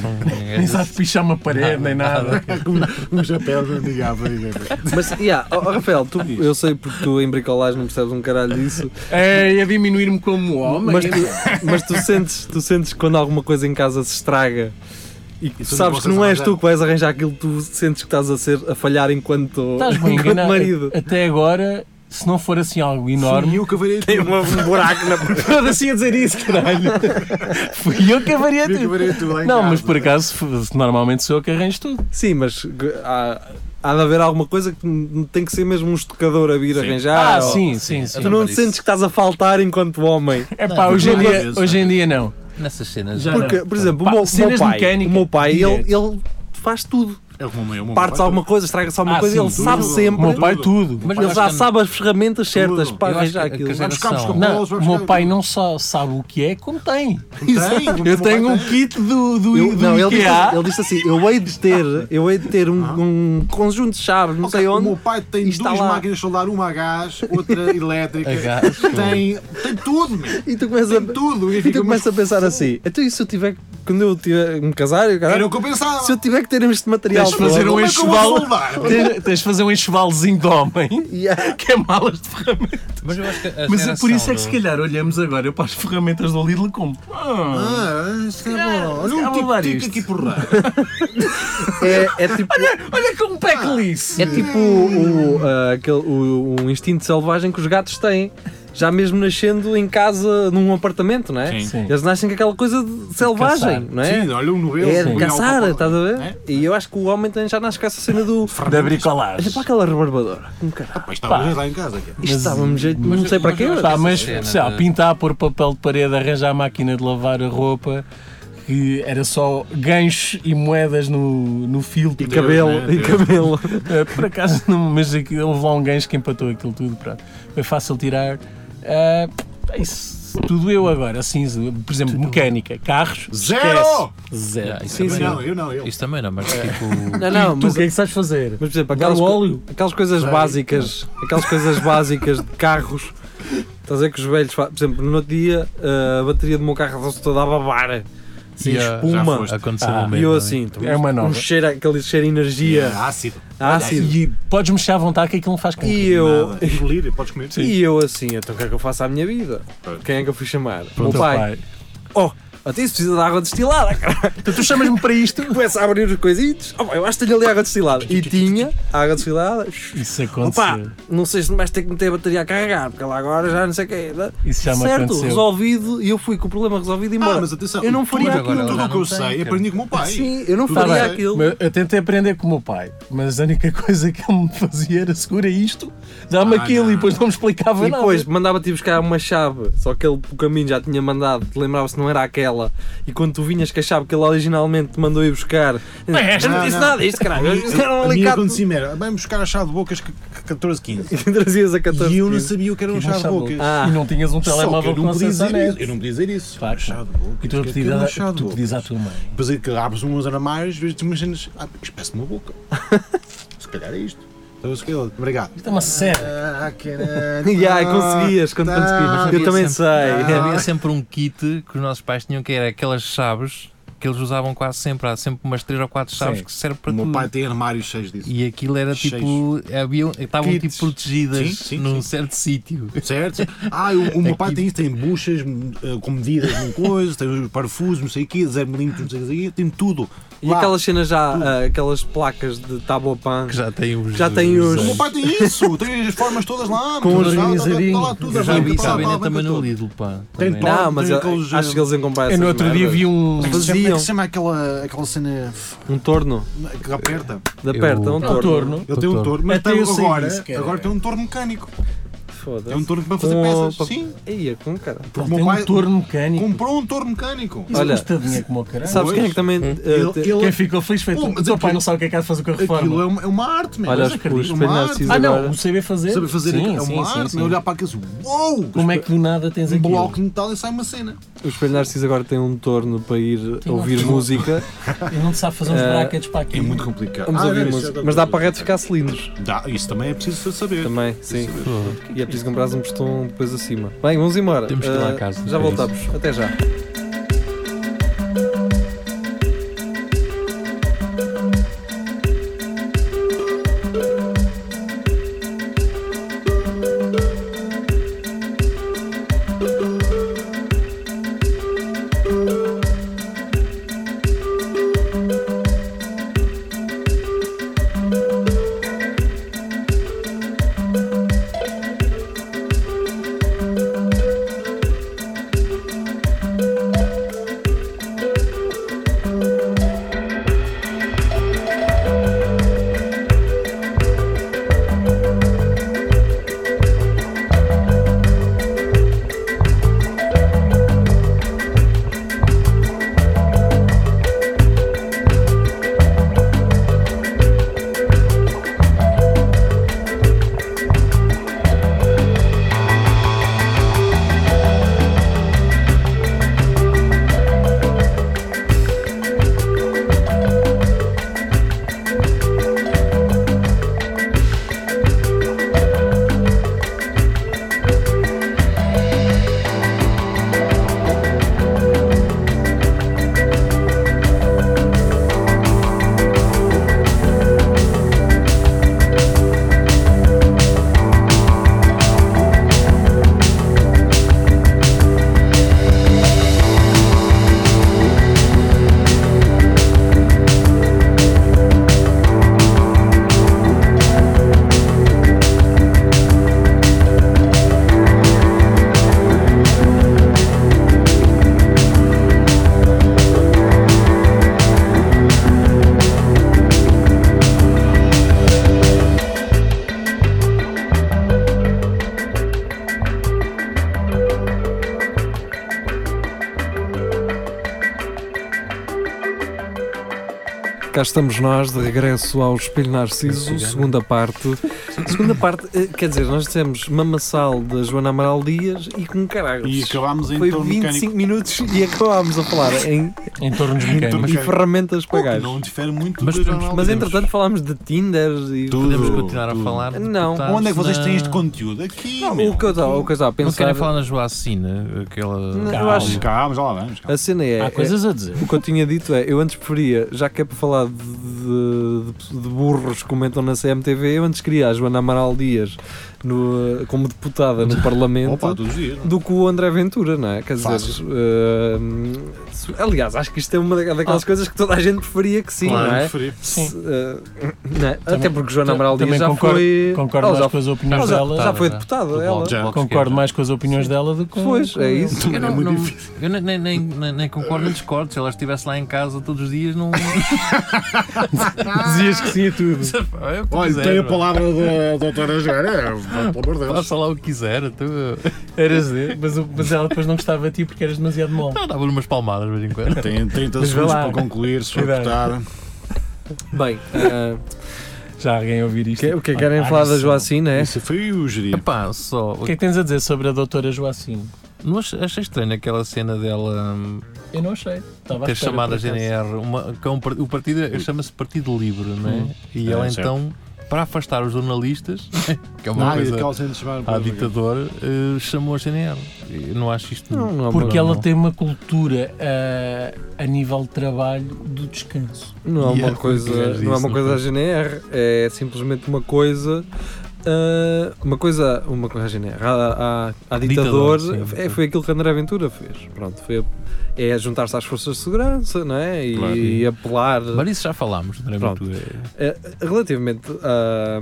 S5: São-
S6: nem sabe pichar uma parede, nem nada.
S3: Com um chapéu de antigava.
S2: Mas, yeah, ó, ó, Rafael, tu, eu sei porque tu em bricolagem não percebes um caralho disso,
S6: É, e a diminuir-me como homem.
S2: mas, tu, mas tu, sentes, tu sentes que quando alguma coisa em casa se estraga e que
S3: E
S2: tu
S3: tu
S2: sabes
S3: não
S2: que não és
S3: vocês
S2: tu que vais arranjar aquilo, tu sentes que estás a, ser, a falhar enquanto,
S6: Estás bem
S2: enquanto
S6: enganado.
S2: marido.
S6: Até agora, se não for assim algo enorme.
S3: Fui eu que avarei tudo.
S2: Tem uma- um buraco na parede.
S6: Toda assim a dizer isso, caralho. Fui eu que avaria
S3: Fui eu que
S6: tudo.
S3: avarei tudo lá em
S6: Não,
S3: casa.
S6: mas por acaso, f- normalmente sou eu que arranjo tudo.
S2: Sim, mas há, há de haver alguma coisa que n- tem que ser mesmo um estocador a vir
S6: Ah,
S2: arranjar. ou-
S6: sim, sim, sim.
S2: Tu não
S5: Mas isso-
S2: sentes que estás a faltar enquanto homem.
S6: É pá, hoje, em
S3: não,
S6: dia,
S3: não.
S6: hoje em dia não.
S5: Nessas cenas.
S6: Já
S2: Porque, por exemplo,
S6: Pá,
S2: o meu, o meu
S6: cenas de
S2: pai,
S6: mecânica,
S2: o meu pai ele,
S6: direto.
S2: ele faz tudo.
S3: Ele arrumou uma
S2: Partes alguma coisa, estraga-se alguma
S6: Ah,
S2: coisa,
S6: sim,
S2: ele
S6: tudo.
S2: sabe sempre.
S6: O meu pai, tudo.
S5: Mas
S2: ele
S5: eu
S2: já
S5: acho que-
S2: sabe as ferramentas certas
S3: Tudo.
S2: para
S5: Eu acho
S2: arranjar
S5: que-
S2: aquilo.
S5: que a
S3: buscar,
S5: geração-
S3: buscar.
S6: Não,
S3: Nós
S6: o
S3: vamos
S6: meu
S3: ver.
S6: pai não só sabe o que é, como tem.
S3: coisa.
S6: Eu tenho um kit do, do,
S2: Eu-
S6: do
S2: não, ele disse,
S6: IKEA.
S2: ele disse assim: eu hei de ter, eu hei de ter um, um conjunto de chaves, não sei
S3: O
S2: onde.
S3: meu pai tem
S2: e está
S3: duas
S2: lá.
S3: máquinas de soldar, uma a gás, outra elétrica.
S5: A gás,
S3: tem, tem tudo, meu.
S2: E tu começas
S3: Tem
S2: a,
S3: tudo. E
S2: e tu
S3: fica
S2: começas Então, a pensar assim: então e se eu tiver, quando eu tiver me casar, eu, caralho,
S3: Era o que eu pensava.
S2: se eu tiver que ter este material
S6: Tens de fazer
S2: todo,
S6: um
S3: Como é que eu vou
S6: enxoval.
S3: soldar?
S6: Tens- Tens de fazer um enxovalzinho de homem,
S2: yeah.
S6: que é malas de ferramentas.
S5: Mas eu acho que a
S6: Mas é
S5: geração
S6: por isso é
S5: do-
S6: que se calhar olhamos agora para as ferramentas do Lidl como. Ah,
S3: Ah, isto é
S6: Ah,
S3: bom.
S6: se calhar
S3: Olha
S6: vou levar
S3: um tico
S6: isto.
S3: aqui porra.
S2: é, é tipo,
S6: olha um como pecolice!
S2: é tipo o, ah, aquele, o, o instinto selvagem que os gatos têm. Já mesmo nascendo em casa, num apartamento, não é?
S3: Sim.
S6: Sim.
S2: Eles nascem com aquela coisa de selvagem, não é?
S3: Sim, olha um novelo.
S2: É
S3: sim.
S2: de caçar,
S3: Olha o
S2: estás a ver?
S3: É?
S2: E eu acho que o homem também já nasce com essa cena do.
S6: Da
S2: Olha
S6: bricolagem.
S2: para aquela rebarbadora. Como caralho.
S3: Pá, Estava lá em casa. é. aqui.
S2: Isto estava-me jeito, não sei para
S5: mas
S2: quê.
S5: eu acho
S6: Pá,
S2: mas-
S6: mas
S5: Essa cena
S6: sei lá,
S5: de-
S6: pintar, pôr papel de parede, arranjar a máquina de lavar a roupa, que era só ganchos e moedas no, no filtro.
S2: E cabelo,
S3: Deus, né?
S2: e cabelo.
S6: Eh, por acaso, não, mas aqui, houve lá um gancho que empatou aquilo tudo, pronto. Foi fácil tirar. Ah, isso, tudo eu agora, assim, por exemplo, mecânica, carros,
S3: Zero!
S6: esquece. Ah, é Zero.
S5: Yeah, isso
S6: Sim,
S5: também
S6: sim.
S3: Não, eu não, eu.
S5: Isso também não, mas tipo.
S2: Não, não,
S6: tu, o
S2: mas,
S6: que é que sabes fazer?
S2: mas por exemplo, aquelas,
S6: Dar o
S2: co-
S6: óleo?
S2: aquelas coisas básicas, aquelas coisas básicas de carros. Estás a ver que os velhos, fa- por exemplo, no outro dia eh, a bateria do meu carro estava toda a babar. Sim,
S5: Yeah.
S2: espuma.
S3: Já
S5: Aconteceu
S6: Ah,
S5: o mesmo.
S2: E eu
S5: não é?
S2: assim, tu-
S6: É uma nova.
S2: um cheiro, aquele cheiro de energia
S3: É ácido.
S2: ácido.
S6: E podes mexer à vontade que aquilo não faz com
S2: E eu,
S3: Nada. Engolir, podes comer.
S2: E eu assim, então o que é que eu faço à minha vida? Quem é que eu fui chamar? o meu pai. Oh, até isso precisa de água destilada, cara.
S6: Tu chamas-me para isto?
S2: Começa a abrir os coisitos. Oh, eu acho que tenho ali água destilada. E tinha água destilada.
S6: Isso
S2: Opa,
S6: aconteceu.
S2: não sei se vais ter que meter a bateria a carregar, porque ela agora já não sei o que é.
S6: Isso já me
S2: certo,
S6: aconteceu.
S2: resolvido e eu fui com o problema resolvido e embora.
S3: Ah, mas atenção.
S2: eu não
S3: tudo
S2: faria
S3: o que-
S2: aquilo.
S3: Tudo o que
S5: Não
S3: eu
S5: tem,
S3: sei,
S5: cara.
S3: aprendi com o meu pai.
S2: Sim, eu não
S3: Tudo
S2: faria
S3: bem.
S2: aquilo.
S6: Tá Mas Eu tentei aprender com o meu pai, mas a única coisa que ele me fazia era segura isto, dá-me
S3: Ah,
S6: aquilo
S3: não.
S6: e depois não me explicava
S2: E
S6: nada.
S2: depois mandava-te ir buscar uma chave, só que ele pelo caminho já tinha mandado, te lembrava-se que não era aquela. E quando tu vinhas com a chave que ele originalmente te mandou ir buscar,
S6: é,
S2: eu não
S3: não,
S2: disse
S3: não.
S2: nada disto, caralho. Isto era um
S3: A mim
S2: alicate.
S3: acontecia era, vamos buscar a chave de bocas que- que 14, 15.
S2: E trazias a 14.
S3: E eu não
S2: quilos.
S3: sabia o que era um
S6: Tinha
S3: chave de bocas.
S2: Ah.
S6: E não tinhas um
S3: Só que
S6: telemóvel
S3: eu
S6: com
S3: não podia
S6: acesso à
S3: dizer isso.
S6: net.
S3: Eu não podia dizer isso.
S6: Claro que
S3: Chá de
S6: não.
S3: bocas,
S6: E tu, a
S3: que é
S6: pedir
S3: aquilo,
S6: a-
S3: chá de
S6: tu pedias à
S3: bocas.
S6: tua mãe.
S3: Depois é que abres uns armários, vês-te umas cenas. Ah, espécie de uma boca. se calhar é isto. Então, se calhar, obrigado.
S6: Isto é uma série.
S3: Ah,
S2: Ya, conseguias,
S3: tá.
S2: quando conseguias. Eu também sei.
S5: Havia sempre um kit que os nossos pais tinham que era aquelas chaves que eles usavam quase sempre. Há sempre umas 3 ou 4 chaves
S6: Sim.
S5: que servem para
S3: O
S2: Hum.
S3: meu
S5: tudo.
S3: pai tem armários cheios disso.
S5: E aquilo era tipo. Haviam, estavam
S3: Kits.
S5: tipo protegidas
S3: Sim, sim,
S5: num
S3: sim.
S5: certo sítio.
S3: Certo? Ah, o, o meu pai tem isso, tem buchas hum, eh, com medidas de uma coisa, tem os parafusos, não sei o quê, 0 milímetros, não sei o quê, tem tudo.
S2: E
S3: Lá.
S2: aquelas cenas já, ah, aquelas placas de tábua pan.
S5: Que já tem os.
S2: Já tem os-
S3: O meu pai tem isso, tem as formas todas lá,
S2: Com
S3: meu,
S2: os
S3: tá- tá- tá- tá lá
S2: organizadinhos.
S3: tudo,
S5: Eu já
S3: arranca, tá
S5: vi isso
S3: lá,
S5: à venda
S3: arranca
S5: também no
S3: tudo.
S5: Lidl, pá.
S3: Tem
S5: Também-
S3: pó.
S2: Não, mas
S3: tem
S2: eu-
S3: aqueles,
S2: acho que eles iam comprar
S6: Eu
S2: essas
S6: no outro dia
S2: merdas.
S6: vi
S3: Como
S6: um.
S3: é que se chama-
S2: Faziam.
S3: como é que se chama aquela, aquela cena
S2: um torno
S3: que aperta?
S2: de aperta, um
S5: Eu-
S6: Um
S2: torno.
S6: torno.
S3: Ele tem um
S5: torno.
S3: torno, mas
S6: Até
S3: tem
S6: eu sei
S3: agora,
S6: disso, cara.
S3: agora tem um torno mecânico. É um
S2: Foda-se.
S3: torno para fazer
S2: Com-
S3: peças.
S2: para-
S3: Sim,
S5: É um
S2: Ia, com cara.
S3: porque o
S6: Tem
S3: meu pai
S6: um torno mecânico.
S3: comprou um torno mecânico.
S6: Isso
S2: Olha,
S6: custa dinheiro como o
S5: um
S6: caralho.
S2: Sabes quem é que também.
S5: Hum.
S2: ah, te-
S6: Quem ficou feliz foi tu.
S3: Oh,
S6: O
S3: mas
S6: teu pai
S3: aquilo-
S6: não sabe o que é que há de fazer com a
S3: Aquilo
S6: reforma.
S3: é uma, é uma arte, mesmo.
S2: Olha,
S3: Mas
S2: os
S3: acredito,
S2: os
S3: é uma
S2: painéis
S3: arte.
S2: precisam
S6: Ah,
S2: um agora-
S6: não, o saber fazer.
S3: Saber fazer
S6: sim,
S3: é
S2: um
S6: sim,
S3: uma
S6: sim,
S3: arte,
S6: sim.
S3: não é olhar para aquilo e dizer, uou!
S6: Como é que do nada tens
S3: Um
S6: aquilo?
S3: bloco de metal e sai uma cena.
S2: O Espelho Narciso agora tem um torno para ir
S6: Tem um
S2: ouvir
S6: torno.
S2: música.
S6: Ele não sabe fazer uns
S2: Eh,
S6: brackets para aqui.
S3: É muito complicado.
S2: Vamos
S3: Ah,
S2: ouvir
S3: não, isso é
S2: música.
S3: outra
S2: Mas dá
S3: coisa.
S2: para retificar cilindros
S3: Dá, isso também é preciso saber.
S2: também, sim.
S5: Foda.
S2: E é preciso comprar um postão depois acima. Bem, vamos embora.
S5: Temos que ir lá
S2: Ah,
S5: a casa,
S2: Já
S5: é isso.
S2: voltamos. Até já. Cá estamos nós, de regresso ao Espelho Narciso, segunda parte. Segunda parte, eh, quer dizer, nós dissemos Mamassal da Joana Amaral Dias e com caralho.
S3: E acabámos então em
S2: Foi
S3: torno
S2: 25
S3: mecânico.
S2: minutos e acabámos a falar em
S6: Em torno de
S5: Ok,
S2: e
S5: mas
S3: mecânico.
S2: ferramentas para
S3: Oh,
S2: gajos.
S3: Não difere muito
S5: Mas
S3: do
S5: podemos-
S3: jornal
S2: Mas
S3: de
S2: entretanto falámos de Tinder e
S3: Tudo.
S5: Podemos continuar
S3: tudo.
S5: a falar. de
S2: Não.
S5: deputados
S3: Onde é que vocês
S5: na-
S3: têm este conteúdo? Aqui.
S2: Não,
S3: meu.
S2: o que eu estava- o que eu estava a
S5: Não
S2: pensar.
S5: querem falar na Joacina? Aquela.
S2: Não, eu
S5: Calma.
S2: acho-
S3: Calma, já lá vamos. calma.
S2: A cena é.
S6: Há
S2: é-
S6: coisas a dizer.
S2: O que eu tinha dito é, eu antes preferia, já que é para falar de, de- de burros que comentam na CMTV, eu antes queria a Joana Amaral Dias no, eh, como deputada no Parlamento
S3: Opa, todos os dias.
S2: do que o André Ventura, não é? Quer dizer,
S3: Fácil.
S2: eh, se- aliás, acho que isto é uma da-
S6: Ah.
S2: daquelas coisas que toda a gente preferia que sim,
S3: Claro,
S2: não é?
S3: preferia.
S2: Se, eh, não é? Até porque Joana
S6: ta-
S2: Amaral Dias
S6: também
S2: já
S6: concordo-
S2: foi.
S6: Concordo
S2: ela
S6: mais
S2: já,
S6: com as opiniões
S2: ela já-
S6: dela.
S2: já foi
S5: já.
S2: deputada,
S5: Do
S2: ela.
S5: Bloco- Bloco de
S6: Concordo
S5: Esquerda.
S6: mais com as opiniões dela do que com.
S2: Pois,
S6: com
S2: é
S6: ele.
S2: isso.
S5: Eu, não, não, eu nem, nem, nem, nem- nem concordo nem discordo. Se ela estivesse lá em casa todos os dias, não.
S2: Dizias que sim a tudo.
S5: É o que
S3: Olha,
S5: quiser,
S3: tem a
S5: pá.
S3: palavra da doutora Joana, é, pelo amor de Deus.
S5: Faça lá o que quiser. Tu...
S6: Eras, mas, o- mas ela depois não gostava de ti porque eras demasiado mole.
S5: Não, dava-lhe umas palmadas de vez em quando.
S3: Tem 30
S6: Mas vá
S3: segundos
S6: lá.
S3: para concluir, se for
S6: Cuidado.
S3: deputada.
S2: Bem, eh,
S6: Já alguém a ouvir isto.
S2: que- o que é que querem falar da Joacina? É?
S3: Isso foi o gerir.
S5: Epá, só.
S6: O que é que tens a dizer sobre a doutora Joacine?
S5: Não ach- achei estranho aquela cena dela hum,
S6: Eu não achei. Estava à
S5: ter
S6: espera,
S5: chamado a
S6: por acaso.
S5: GNR. Uma, que é um par- o partido é- chama-se Partido Livre, não é?
S6: Hum.
S5: E
S3: É,
S5: ela
S3: certo.
S5: então, para afastar os jornalistas, que é uma
S3: Não, e
S5: coisa
S3: Ah, aquela cena de chamar
S5: à ditadora, eh, chamou a GNR. Eu não acho isto.
S2: Não, não há
S6: Porque
S2: problema.
S6: ela tem uma cultura ah, a nível de trabalho do descanso.
S2: Não é
S5: E é
S2: uma
S5: porque
S2: coisa,
S5: gajo
S2: não é
S5: disse,
S2: uma
S5: não
S2: coisa
S5: foi?
S2: da GNR, é simplesmente uma coisa. ah, uma coisa, uma coisa à GNR, à, à, à ditador,
S5: Ditador, sim,
S2: é, foi aquilo que André Ventura fez. Pronto, foi a- é juntar-se às forças de segurança, não é? E,
S3: Claro.
S2: e apelar.
S5: Mas isso já falámos, não é?
S2: Pronto.
S5: Muito-
S2: Eh, relativamente à,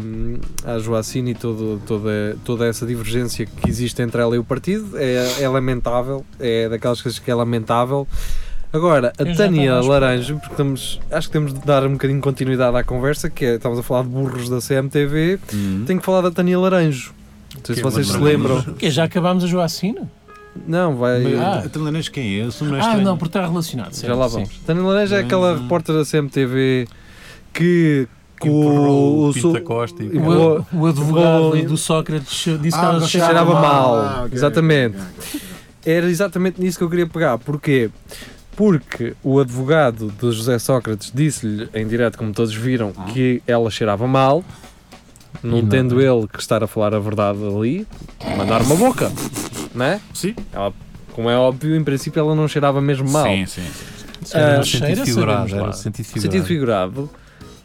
S2: à Joacine e todo, toda, toda essa divergência que existe entre ela e o partido, é, é lamentável, é daquelas coisas que é lamentável. Agora, a
S6: Eu já
S2: Tânia
S6: estava à espera.
S2: Laranjo, porque estamos, acho que temos de dar um bocadinho de continuidade à conversa, que é, estamos a falar de burros da CMTV,
S3: Hum.
S2: tenho que falar da Tânia Laranjo. Não sei se
S5: Que é
S2: vocês se
S3: lembramos.
S2: lembram.
S6: Porque já acabámos a Joacina?
S2: Não, vai.
S6: Ah.
S3: A Telenas quem é? Isso não é
S6: Ah,
S3: estranho.
S6: não, porque está relacionado.
S2: já lá
S6: certo,
S2: vamos. Tânia Laranjo é aquela
S3: Hum.
S2: repórter da CMTV que.
S5: Que
S2: com
S5: empurrou o
S2: seu-
S5: Pinta Costa e-
S6: sim.
S2: Eu
S6: O,
S2: vou-
S6: o advogado
S2: vou-
S6: do Sócrates disse que
S3: Ah,
S6: ela
S3: já
S6: cheirava
S2: cheirava
S6: mal.
S2: mal,
S3: ok,
S2: exatamente.
S3: ok, ok.
S2: Era exatamente nisso que eu queria pegar. Porquê? Porque o advogado de José Sócrates disse-lhe em direto, como todos viram, que ela cheirava mal, não
S5: E não.
S2: tendo ele que estar a falar a verdade ali, mandar uma boca, não é?
S7: Sim.
S2: Ela, como é óbvio, em princípio ela não cheirava mesmo mal.
S7: Sim, sim. sim.
S5: Era
S2: Ah,
S5: no sentido
S6: cheira,
S5: figurado,
S6: sabemos
S5: era
S6: lá.
S5: no sentido
S2: Sentido
S5: figurado.
S2: figurado,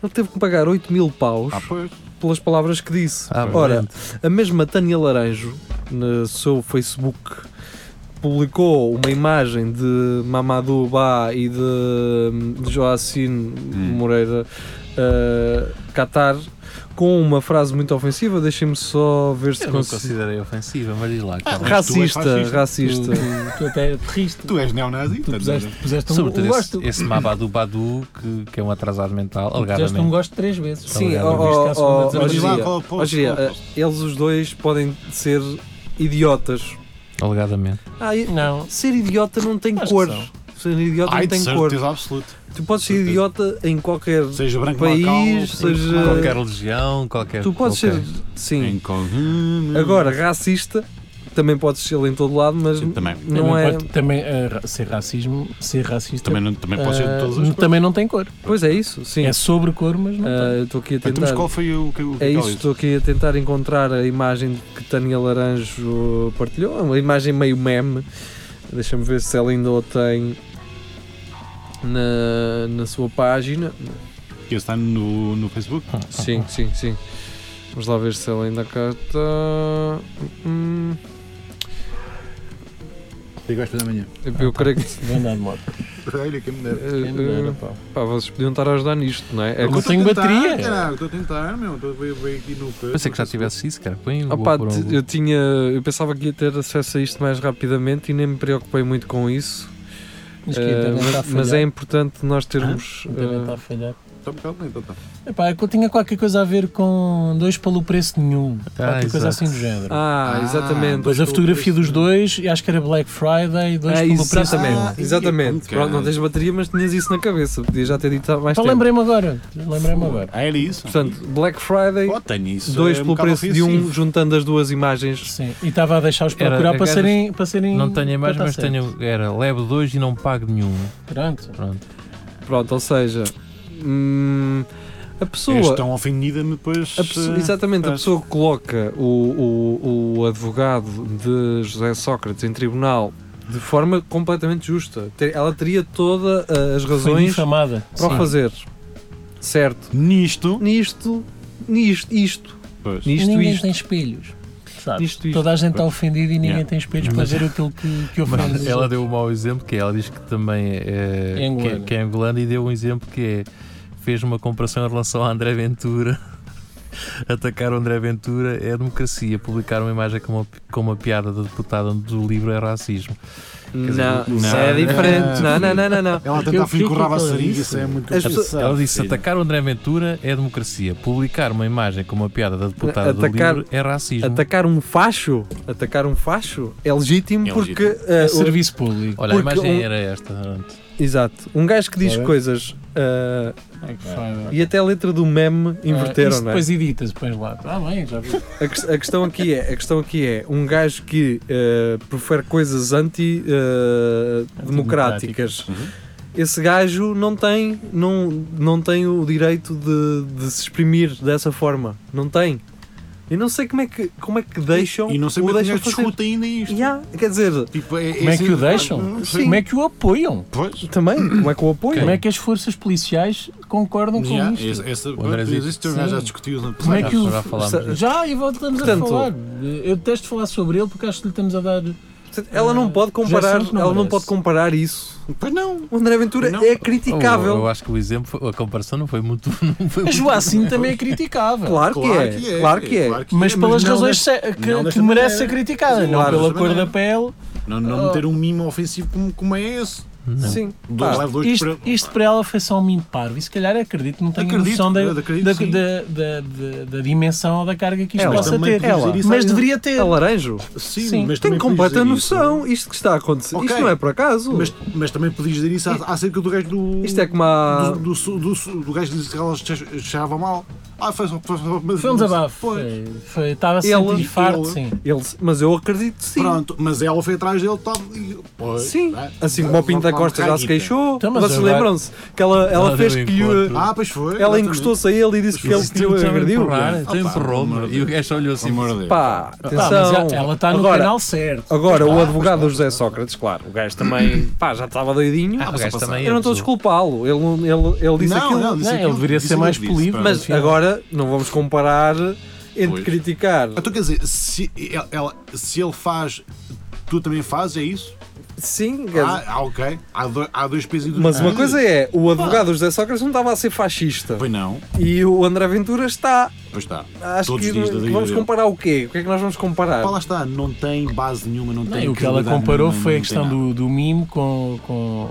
S2: ele teve que pagar 8 mil paus
S7: Ah, pois.
S2: pelas palavras que disse.
S5: Ah,
S2: Ora,
S5: brilhante.
S2: a mesma Tânia Laranjo, no seu Facebook, publicou uma imagem de Mamadou Ba e de, de Joacine Moreira eh, Catar com uma frase muito ofensiva. Deixem-me só ver se
S5: eu não
S2: consigo.
S5: considerei ofensiva, mas diz lá.
S2: Ah,
S5: Carlos.
S2: Racista,
S3: tu és
S2: racista.
S3: fascista.
S6: Tu, tu- tu até te riste. Tu,
S7: Tu és neonazi? portanto,
S6: puseste, puseste um,
S5: Sobretudo
S6: um gosto.
S5: esse, esse Mabadu Badu, que, que é um atrasado mental,
S6: Puseste um
S5: alegadamente.
S6: gosto três vezes.
S2: Sim,
S5: Obrigado,
S2: ó,
S5: Luís.
S2: ó,
S6: Cássio,
S2: ó,
S6: mas
S2: ó,
S6: diz
S2: Giria,
S3: lá qual é o
S2: ó,
S3: posto,
S2: Giria,
S3: qual é o posto?
S2: eh, eles os dois podem ser idiotas.
S5: Alegadamente.
S2: Ah, e-
S6: Não.
S2: ser idiota não tem
S6: Acho que
S2: cor.
S6: são.
S2: Ser idiota
S7: Ai, de
S2: não tem cor.
S7: certeza absoluta.
S2: Tu podes ser
S7: Certeza.
S2: idiota em qualquer
S7: Seja
S3: é
S7: branco,
S2: país,
S7: macau,
S2: seja.
S5: Qualquer religião, qualquer.
S2: Eh, Tu podes
S5: qualquer-
S2: ser. Sim.
S7: Em Colômbia.
S2: Agora, racista, também podes ser em todo lado, mas
S7: Sim, também.
S2: não
S6: Também
S2: é.
S6: pode- também, eh, ra- ser racismo, ser racista.
S7: Também, não, também pode ser de
S6: eh,
S7: todas as coisas.
S6: também não tem cor.
S2: Pois é isso, sim.
S6: É sobre cor, mas não
S2: Ah, eu estou aqui a
S7: Então, mas
S2: tentar.
S7: qual foi o que o que
S2: É
S7: ela
S2: isso,
S7: disse?
S2: estou aqui a tentar encontrar a imagem que Tânia Laranjo partilhou, é uma imagem meio meme. Deixa-me ver se ela ainda o tem na, na sua página.
S7: Ah, Que está no, no Facebook?
S2: Sim, sim, sim. Vamos lá ver se ela ainda cá está. Hum,
S7: Digo às da manhã.
S2: eu creio que.
S6: tem. Vem andar de moto.
S7: Olha que me
S2: eh,
S7: tá. dera.
S6: Quem me dera,
S2: eh,
S6: pá.
S2: Pá, vocês podiam estar a ajudar nisto, não é? é
S6: Eu não
S2: que,
S6: tenho bateria.
S7: Estou a tentar, meu. Estou bem aqui no canto.
S5: Pensei que já tivesse isso, cara. Põe vou
S2: opá,
S5: pôr um-
S2: te- eu tinha. Eu pensava que ia ter acesso a isto mais rapidamente e nem me preocupei muito com isso.
S6: Mas que
S2: Eh,
S6: a internet
S2: mas,
S6: está a
S2: mas
S6: falhar.
S2: é importante nós termos.
S6: A internet está
S2: eh,
S6: a falhar.
S7: Está um bocado lento, então.
S6: Epá, é que eu tinha qualquer coisa a ver com dois pelo preço nenhum. qualquer coisa
S5: exato.
S6: assim do género.
S2: ah,
S7: Ah,
S2: exatamente.
S6: Depois a fotografia dos dois, e acho que era Black Friday, dois
S2: Ah,
S6: pelo preço
S2: exatamente,
S6: nenhum.
S7: Ah, e-
S2: exatamente.
S7: ok.
S2: Pronto, não tens bateria, mas tinhas isso na cabeça. Podias já ter dito há mais
S6: Pá,
S2: tempo.
S6: lembrei-me agora. Lembrei-me agora.
S7: Ah, era isso?
S2: Portanto, Black Friday,
S7: Oh, tenho isso.
S2: dois
S7: é um
S2: pelo
S7: bocado
S2: preço de um,
S7: ofensivo.
S2: juntando as duas imagens.
S6: Sim. E estava a deixar-os
S5: Era-
S6: procurar para
S5: era-
S6: serem, para serem.
S5: Não tenho mais,
S2: Então
S6: para
S5: mas
S6: estar certo.
S5: tenho. Era, levo dois e não pago nenhum.
S6: Pronto.
S5: Pronto.
S2: Pronto, ou seja, hum, a
S7: És
S2: pessoa.
S7: tão ofendida depois.
S2: a pessoa- exatamente, a
S7: faz.
S2: pessoa que coloca o, o, o advogado de José Sócrates em tribunal de forma completamente justa. Ter- Ela teria todas as
S6: Foi
S2: razões para
S6: difamada.
S2: o
S6: Sim.
S2: fazer. Certo.
S7: eh, Nisto.
S2: Nisto, nisto, isto,
S7: Pois.
S2: nisto,
S6: ninguém
S2: isto.
S6: tem espelhos. Sabes?
S2: Nisto, isto.
S6: Toda a gente está ofendida e ninguém
S7: Yeah.
S6: tem espelhos para ver aquilo que, que ofende.
S5: Mas ela deu um mau exemplo que é, ela diz que também é,
S6: É angolana.
S5: que, é- que é angolana e deu um exemplo que é fez uma comparação em relação a André Ventura. Atacar o André Ventura é democracia. Publicar uma imagem com uma, com uma piada da deputada do livro é racismo. dizer,
S2: Não,
S7: não,
S2: isso é
S7: não,
S2: diferente. Não,
S7: não.
S2: não, não, não. não.
S3: Ela
S6: Eu
S3: tenta
S6: fico
S3: afincurar a
S6: com
S3: vassarina,
S6: isso.
S3: isso é muito
S2: As pessoas-
S5: Ela disse:
S3: filho.
S5: atacar o André Ventura é democracia. Publicar uma imagem com uma piada da deputada
S2: Atacar-
S5: do livro é racismo.
S2: Atacar um facho, atacar um facho é legítimo
S7: É
S2: porque
S6: É
S2: eh, o-
S6: serviço público.
S5: Olha, a
S2: porque
S5: imagem
S2: um-
S5: era esta. pronto.
S2: Exato. Um gajo que diz
S6: Tá bem?
S2: coisas ah,
S6: Black Friday.
S2: e até a letra do meme inverteram,
S6: Ah, é. isso
S2: não é?
S6: depois editas, pões lá. Ah, bem, já vi.
S2: A, ques- a questão aqui é, a questão aqui é um gajo que ah, prefere coisas anti-democráticas. Esse gajo não tem, não, não tem o direito de, de se exprimir dessa forma. Não tem. Eu não sei como é que, como é que deixam.
S7: E não sei
S2: o
S7: como é que
S2: deixam
S7: eles discutem ainda isto.
S2: Yeah, quer dizer,
S7: Tipo, é,
S6: Como é que o deixam?
S7: Sim.
S6: Como é que o apoiam?
S7: Pois.
S2: também, como é que o apoio?
S6: Como é que as forças policiais concordam com
S7: Yeah,
S6: isto?
S7: essa, essa,
S5: O André
S7: pois,
S5: Zito.
S7: isso já, já
S6: Sim.
S7: discutiu. na-
S6: Como é
S5: Já-
S6: que o-
S5: já falámos
S2: Sa-
S6: Já, e voltamos
S2: Portanto-
S6: a falar. Eu detesto falar sobre ele porque acho que lhe estamos a dar.
S2: Portanto, Ela não pode comparar,
S6: Jason que não
S2: ela não
S6: merece.
S2: pode comparar isso.
S7: Pois não.
S2: O André Ventura
S7: Não.
S2: é
S5: Oh,
S2: criticável.
S5: Eu acho que o exemplo, foi- a comparação não foi muito. Não foi
S6: A
S5: muito
S6: Joacine também é criticável.
S2: Claro, que, é. claro que é.
S6: Mas pelas
S7: não
S6: razões
S7: desta-
S6: se-
S7: não
S6: que, que
S7: desta
S6: merece ser
S7: maneira.
S6: criticada, não
S2: Claro.
S6: pela
S7: Desta
S6: cor da
S7: maneira.
S6: pele.
S7: Não, não meter um mimo ofensivo como, como é esse.
S2: Sim.
S7: Dois
S2: Pá,
S7: leva dois
S6: Isto,
S7: para-
S6: isto para ela foi só um mimo parvo. E se calhar acredito, que não tenho
S7: Acredito,
S6: noção da,
S7: acredito,
S6: da,
S7: sim.
S6: da- da- da- da dimensão ou da carga que isto
S2: Ela
S6: possa
S7: também
S6: ter.
S7: podia dizer
S6: Ela.
S7: isso
S6: Mas
S7: aí.
S6: deveria ter.
S2: a laranjo
S7: Sim,
S6: Sim.
S7: mas
S2: tem
S7: também podias
S3: é
S2: completa
S7: dizer
S2: noção.
S7: isso.
S2: Isto que está a acontecer.
S7: Ok.
S2: Isto não é por acaso.
S7: Mas, mas também podias dizer isso a- acerca do gajo do.
S2: Isto é como a.
S7: Do, do, do, do, do gajo que disse que ela cheirava mal. Ah, foi só. Foi, só- mas-
S6: Foi um desabafo.
S7: Pois.
S6: Foi, foi, estava a sentir
S2: Ele-
S6: farto,
S7: ele-
S6: sim. Tá,
S2: Ele- mas eu acredito que sim.
S7: Pronto, mas ela foi atrás dele, tal, e- pois,
S2: Sim,
S7: né?
S2: assim como o Pinto da
S7: Vamos lá,
S2: Costa já se
S7: Raquita.
S2: queixou,
S6: Então, mas
S2: vocês
S6: agora-
S2: lembram-se que ela, ela
S5: Ela
S2: fez
S5: deu
S2: que lhe,
S5: encontro.
S7: Ah, pois foi.
S2: ela
S7: exatamente.
S2: encostou-se a ele e disse que ele que o agrediu.
S5: Então empurrou-me. E o gajo olhou assim.
S7: Amor de Deus.
S2: Pá,
S6: Pá,
S2: atenção.
S6: mas ela- ela está no
S2: Agora-
S6: canal certo.
S2: Agora, o advogado do José Sócrates, claro, o gajo também pá, já estava doidinho.
S5: Ah, o gajo também é
S2: eu não estou a
S5: absurdo.
S2: desculpá-lo. Ele, não- ele, ele disse
S7: não,
S2: aquilo.
S7: não, disse
S6: Não, ele
S7: aquilo,
S6: deveria
S7: disse
S6: ser
S7: aquilo
S6: mais
S7: que disse,
S6: polido,
S7: pá.
S2: mas
S6: afinal.
S2: agora não vamos comparar entre
S7: Pois.
S2: criticar.
S7: Então quer dizer, se ele, ela- se ele faz, tu também fazes, é isso?
S2: Sim, quer dizer,
S7: Ah, ah, ok. Há, do, há dois pesos e duas
S2: É. mas uma
S7: medidas.
S2: coisa é: o advogado do José Sócrates não estava a ser fascista.
S7: Pois não,
S2: E o André Ventura está.
S7: pois está.
S2: Acho
S7: Todos
S2: que
S7: os dias da vida
S2: vamos
S7: dele.
S2: comparar o quê? O que é que nós vamos comparar?
S7: Pá, lá está, não tem base nenhuma, não,
S6: Não,
S7: tem
S6: e o que ela
S7: credibilidade
S6: comparou
S7: nenhuma,
S6: foi a
S7: não tem
S6: questão
S7: nada.
S6: do, do mimo com, com,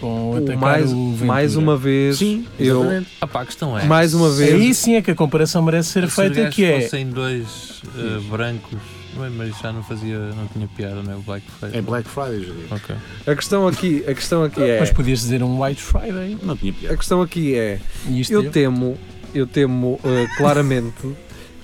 S6: com
S2: O
S6: atacar
S2: mais,
S6: o Ventura.
S2: mais uma vez,
S7: Sim,
S2: eu,
S7: exatamente.
S5: Ah pá, a questão é.
S2: mais uma vez,
S6: Aí sim é que a comparação merece ser
S5: se os
S6: feita,
S5: gajos
S6: que é...
S5: fossem dois eh, brancos. Bem, mas já não fazia. Não tinha piada, não é? O Blackface.
S7: É Black Friday, eu digo.
S5: Ok.
S2: a questão aqui, a questão aqui é,
S6: Mas podias dizer um White Friday.
S7: Não tinha
S2: a
S7: piada.
S2: questão aqui é,
S6: E isto
S2: eu temo, eu temo eh, claramente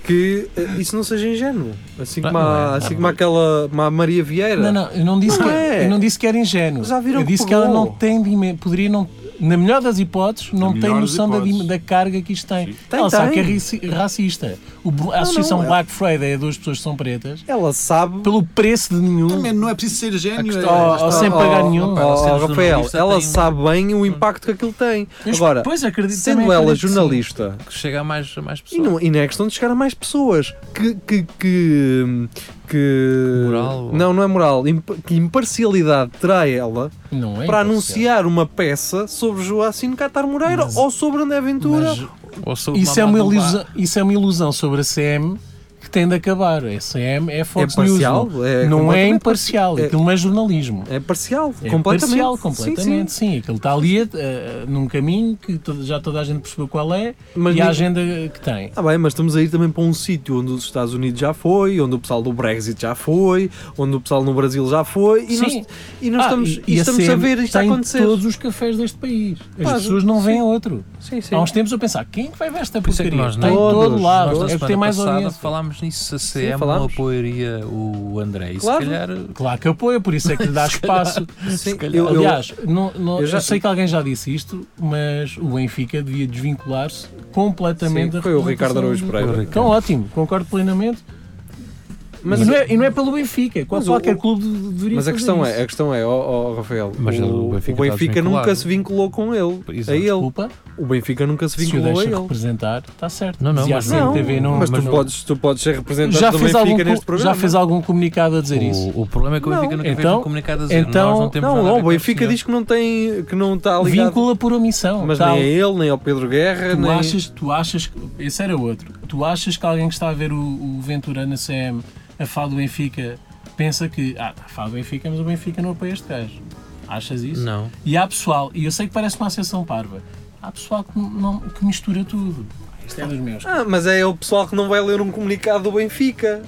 S2: que eh, isso não seja ingênuo, assim
S5: Não,
S2: como,
S5: não
S2: a,
S5: é,
S2: assim
S5: não.
S2: como aquela uma Maria Vieira.
S6: Não, não, eu não disse,
S2: Não
S6: que,
S2: é.
S6: eu não disse que era ingênuo.
S2: Já viram
S6: eu
S2: que
S6: disse que ela
S2: pegou.
S6: não tem dimen- poderia não, na melhor das hipóteses, não tem
S7: melhor das
S6: noção da, dim-
S7: hipóteses.
S6: da carga que isto tem.
S2: Tem,
S6: ela sabe que
S2: tem.
S6: é raci- racista. O bl- a associação
S2: não, é-
S6: Black Friday a duas pessoas que são pretas,
S2: Ela sabe.
S6: pelo preço de nenhum.
S7: Também não é preciso ser gênio.
S5: questão-
S7: é-
S6: ou-
S7: lá
S6: ou
S7: está.
S6: sem pagar nenhum.
S5: Ela
S2: Oh,
S5: sendo
S2: Rafael,
S5: jornalista
S2: ela
S5: tem-
S2: sabe bem o impacto que aquilo tem.
S6: Eu
S2: Agora,
S6: pois acredito
S2: sendo
S6: também,
S2: ela
S6: acredito que sim.
S2: jornalista,
S5: Que chega a mais, a mais pessoas.
S2: é E não, e não é questão de chegar a mais pessoas. Que. que, que, que-
S5: Moral?
S2: Não, não é moral. Imp- que imparcialidade terá ela
S6: Não
S2: para
S6: é imparcial.
S2: anunciar uma peça sobre Joacim Catar Moreira ou sobre André Ventura?
S5: Ou sou
S6: Isso é,
S5: mamado
S6: uma
S5: do bar.
S6: ilusão, isso é uma ilusão sobre a CM que tem de acabar. A CM é Fox
S2: É
S6: News.
S2: parcial?
S6: não-
S2: É
S6: não é
S2: completamente
S6: imparcial.
S2: parcial. É-
S6: Aquilo não é jornalismo.
S2: É parcial,
S6: É
S2: completamente.
S6: parcial,
S2: Sim,
S6: completamente,
S2: sim.
S6: sim. Aquilo está ali eh, num caminho que toda- já toda a gente percebeu qual é
S2: Mas
S6: e
S2: ninguém-
S6: a agenda que tem.
S2: Ah, bem, mas estamos a ir também para um sítio onde os Estados Unidos já foi, onde o pessoal do Brexit já foi, onde o pessoal no Brasil já foi, e
S6: Sim.
S2: nós, e nós
S6: Ah,
S2: estamos,
S6: e-
S2: e
S6: e
S2: estamos a
S6: CM
S2: ver isto
S6: tem
S2: acontecer.
S6: todos os cafés deste país. As
S2: Pá,
S6: pessoas não
S2: sim.
S6: veem outro.
S2: Sim, sim.
S6: Há uns tempos eu pensava, quem é que vai ver esta
S5: Por isso é
S6: porcaria?
S5: que nós
S6: Está em
S5: não-
S6: todo
S2: Todos,
S6: lado.
S5: Nós, na
S6: é que tem
S5: semana
S6: mais
S5: passada,
S6: audiência.
S5: falámos nisso. Se a CM não
S2: falámos.
S5: apoiaria o André. E
S2: Claro.
S5: se calhar.
S6: Claro que apoia, por isso é que lhe dá espaço.
S2: Sim,
S5: calhar.
S2: eu- eu-
S6: Aliás, não- não-
S2: eu
S6: eu,
S2: já-
S6: sei que alguém já disse isto, mas o Benfica devia desvincular-se completamente
S2: Sim,
S6: da
S2: foi o Ricardo
S6: representação
S2: Araújo
S6: do-
S2: Pereira.
S6: Então, ótimo, concordo plenamente.
S2: Mas-
S6: e, não é, e não é pelo Benfica,
S2: mas
S6: quase
S2: o-
S6: qualquer clube de- deveria
S2: Mas a
S6: fazer
S2: questão
S6: isso.
S2: é, a questão é, ó ó, Rafael,
S5: Mas
S2: o,
S5: o
S2: o
S5: Benfica
S2: Benfica,
S5: está desvinculado.
S2: nunca se vinculou com ele,
S5: Exato.
S2: a ele.
S6: Desculpa,
S2: O Benfica nunca se
S6: se o
S2: vinculou a
S6: deixa
S2: ele.
S6: representar, está certo.
S5: Não, não,
S6: Se a
S5: mas-
S6: CMTV não,
S2: mas,
S5: mas
S2: tu,
S5: não-
S2: podes, tu podes ser representante
S6: já,
S2: do
S6: fez
S2: Benfica
S6: algum,
S2: neste
S6: co-
S2: programa. é?
S6: já fez algum comunicado a dizer isso?
S5: O, o problema é que o
S2: Não,
S5: Benfica nunca
S6: então-
S5: fez um comunicado a dizer.
S6: então-
S5: nós não temos
S2: Não,
S5: nada a
S2: não,
S5: ver
S2: o
S5: com este
S2: Benfica
S5: senhor.
S2: diz que não tem, que não está Tá ligado.
S6: Vincula por omissão.
S2: Mas
S6: tal.
S2: nem a ele, nem ao Pedro Guerra,
S6: Tu
S2: nem...
S6: achas, tu achas que. Esse era outro. Tu achas que alguém que está a ver o, o Ventura na CM a falar do Benfica pensa que. Ah, está a falar do Benfica, mas o Benfica não apoia este gajo. Achas isso?
S5: Não.
S6: E há pessoal, e eu sei que parece uma associação parva, há pessoal que, não, que mistura tudo. Ah, Isto é dos meus.
S2: Ah, mas é o pessoal que não vai ler um comunicado do Benfica.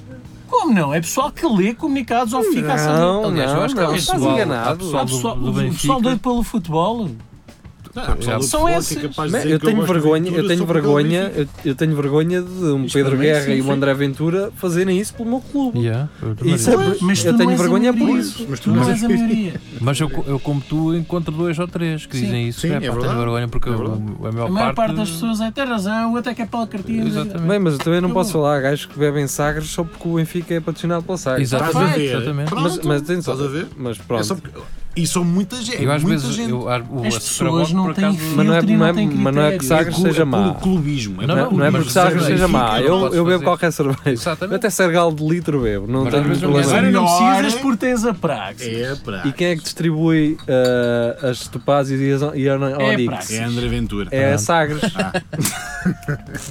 S6: Como não? É pessoal que lê comunicados ou fica assim.
S2: Não,
S5: Aliás, eu
S2: não,
S5: acho que há
S2: não,
S5: pessoal-
S2: estás enganado.
S5: há pessoal
S6: Há pessoal,
S5: do- do
S6: o pessoal
S5: Benfica.
S6: doido pelo futebol.
S7: Ah, pessoal do
S5: São
S7: futebol que é
S6: esses.
S7: capaz de
S2: Mas
S7: dizer
S2: eu
S7: que gosto
S2: tenho
S7: de
S2: vergonha, eu
S7: pintura,
S2: tenho
S7: sou porque
S2: vergonha,
S7: ele
S2: eu, eu tenho vergonha de um
S6: Isto
S2: Pedro
S6: também,
S2: Guerra
S6: sim,
S2: e um
S6: sim.
S2: André Ventura fazerem isso pelo meu clube.
S5: Yeah, eu também
S2: Isso é-
S5: digo.
S6: Mas tu
S2: eu
S6: não
S2: tenho
S6: és a
S2: vergonha por
S6: maioria.
S2: isso.
S7: Mas tu
S6: Tu não
S7: não
S6: és a maioria.
S5: Mas eu, co- eu, como tu, encontro dois ou três que
S6: Sim.
S5: dizem isso.
S7: Sim,
S5: Epá,
S7: é
S5: tenho
S7: verdade.
S5: vergonha porque
S7: É
S5: eu-
S7: verdade.
S5: a maior,
S6: A maior parte
S5: parte
S6: das pessoas é tem razão, até que é pela cartilha.
S5: Exatamente.
S2: Bem, mas eu também não
S6: Eu-
S2: posso falar a gajos que bebem sagres só porque o Benfica é patrocinado pela Sagres.
S7: Estás a
S5: Exatamente.
S7: ver.
S5: exatamente.
S7: Pronto,
S2: Mas, mas atenção,
S7: Estás a ver?
S2: mas
S7: É
S2: pronto.
S7: só porque- E são muita gente.
S5: Eu às
S7: muita
S5: vezes.
S7: gente.
S5: Eu, a- o
S6: As
S5: a
S6: pessoas
S5: Superboc,
S6: não
S5: por
S6: têm
S5: acaso,
S6: filtro
S2: Mas não é-
S6: e
S2: não é-
S6: não têm
S2: mas não é que
S6: critério.
S2: Sagres
S7: clu-
S2: seja
S7: é
S2: má.
S7: clu- clubismo.
S5: Não,
S2: Não,
S5: não,
S2: não é
S5: mas
S2: porque Sagres
S5: cerveja
S2: seja má.
S5: fica,
S2: Eu,
S5: posso
S2: eu bebo
S5: fazer.
S2: qualquer cerveja.
S5: Exatamente.
S2: Até Sergal de litro bebo, não
S5: Mas
S2: tenho
S5: às vezes não
S2: problema.
S5: quer
S6: Agora não
S7: Melhor,
S6: precisas
S7: hein?
S6: porque tens a praxe.
S7: É para.
S2: E quem é que distribui ah, as topazes e as e as Onix?
S6: praxe.
S7: É André Ventura.
S2: É a Sagres,